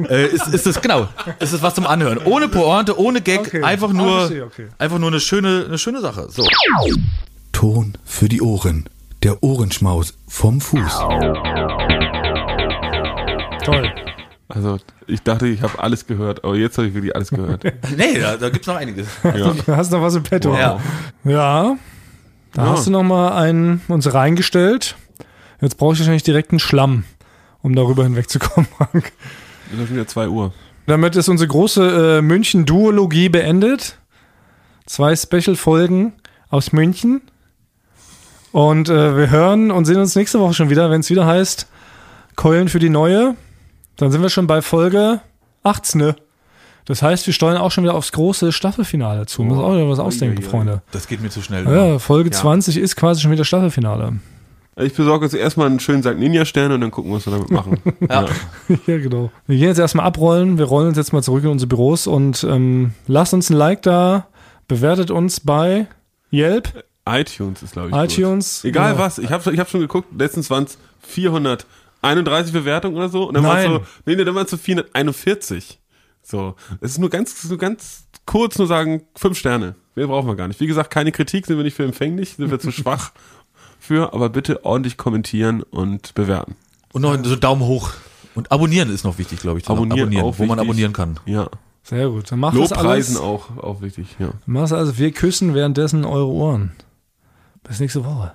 Speaker 2: äh, ist, ist es genau, ist es was zum Anhören. Ohne Pointe, ohne Gag,
Speaker 1: Okay.
Speaker 2: einfach
Speaker 1: Ah,
Speaker 2: nur,
Speaker 1: verstehe, okay.
Speaker 2: einfach nur eine schöne, eine schöne Sache. So.
Speaker 5: Ton für die Ohren. Der Ohrenschmaus vom Fuß.
Speaker 1: toll.
Speaker 3: Also, ich dachte, ich habe alles gehört, aber jetzt habe ich wirklich alles gehört.
Speaker 2: Nee, da, da gibt's noch einiges.
Speaker 3: Ja.
Speaker 1: Da hast du noch was im Petto.
Speaker 2: Ja.
Speaker 1: Ja, da hast du noch mal einen uns reingestellt. Jetzt brauche ich wahrscheinlich direkt einen Schlamm, um darüber hinwegzukommen, Frank.
Speaker 3: Es ist schon wieder 2 Uhr.
Speaker 1: Damit ist unsere große äh, München-Duologie beendet. Zwei Special-Folgen aus München. Und äh, wir hören und sehen uns nächste Woche schon wieder, wenn es wieder heißt Keulen für die Neue. Dann sind wir schon bei Folge 18. Das heißt, wir steuern auch schon wieder aufs große Staffelfinale zu. Muss auch wieder was ausdenken, Freunde.
Speaker 2: Das geht mir zu schnell.
Speaker 1: Ja, Folge 20 ist quasi schon wieder Staffelfinale.
Speaker 3: Ich besorge jetzt erstmal einen schönen Sankt Ninja-Stern und dann gucken wir, was wir damit machen. ja.
Speaker 1: Ja, genau. Wir gehen jetzt erstmal abrollen. Wir rollen uns jetzt mal zurück in unsere Büros und ähm, lasst uns ein Like da. Bewertet uns bei Yelp,
Speaker 3: iTunes ist, glaube ich.
Speaker 1: iTunes.
Speaker 3: Gut. Egal
Speaker 1: Genau.
Speaker 3: was. Ich habe ich hab schon geguckt, letztens waren es 431 Bewertungen oder so. Und dann waren es
Speaker 1: Nein.
Speaker 3: so, nee, nee, dann waren es so 441. So. Es ist nur ganz, es ist nur ganz kurz, nur sagen, fünf Sterne. Mehr brauchen wir gar nicht. Wie gesagt, keine Kritik, sind wir nicht für empfänglich, sind wir zu schwach. für, aber bitte ordentlich kommentieren und bewerten.
Speaker 2: Und noch so Daumen hoch. Und abonnieren ist noch wichtig, glaube ich. sogar. wo man
Speaker 3: wichtig.
Speaker 2: abonnieren kann.
Speaker 3: Ja.
Speaker 1: Sehr gut. Dann macht das alles.
Speaker 3: Lobpreisen auch, auch wichtig, ja.
Speaker 1: Mach's also, wir küssen währenddessen eure Ohren. Bis nächste Woche.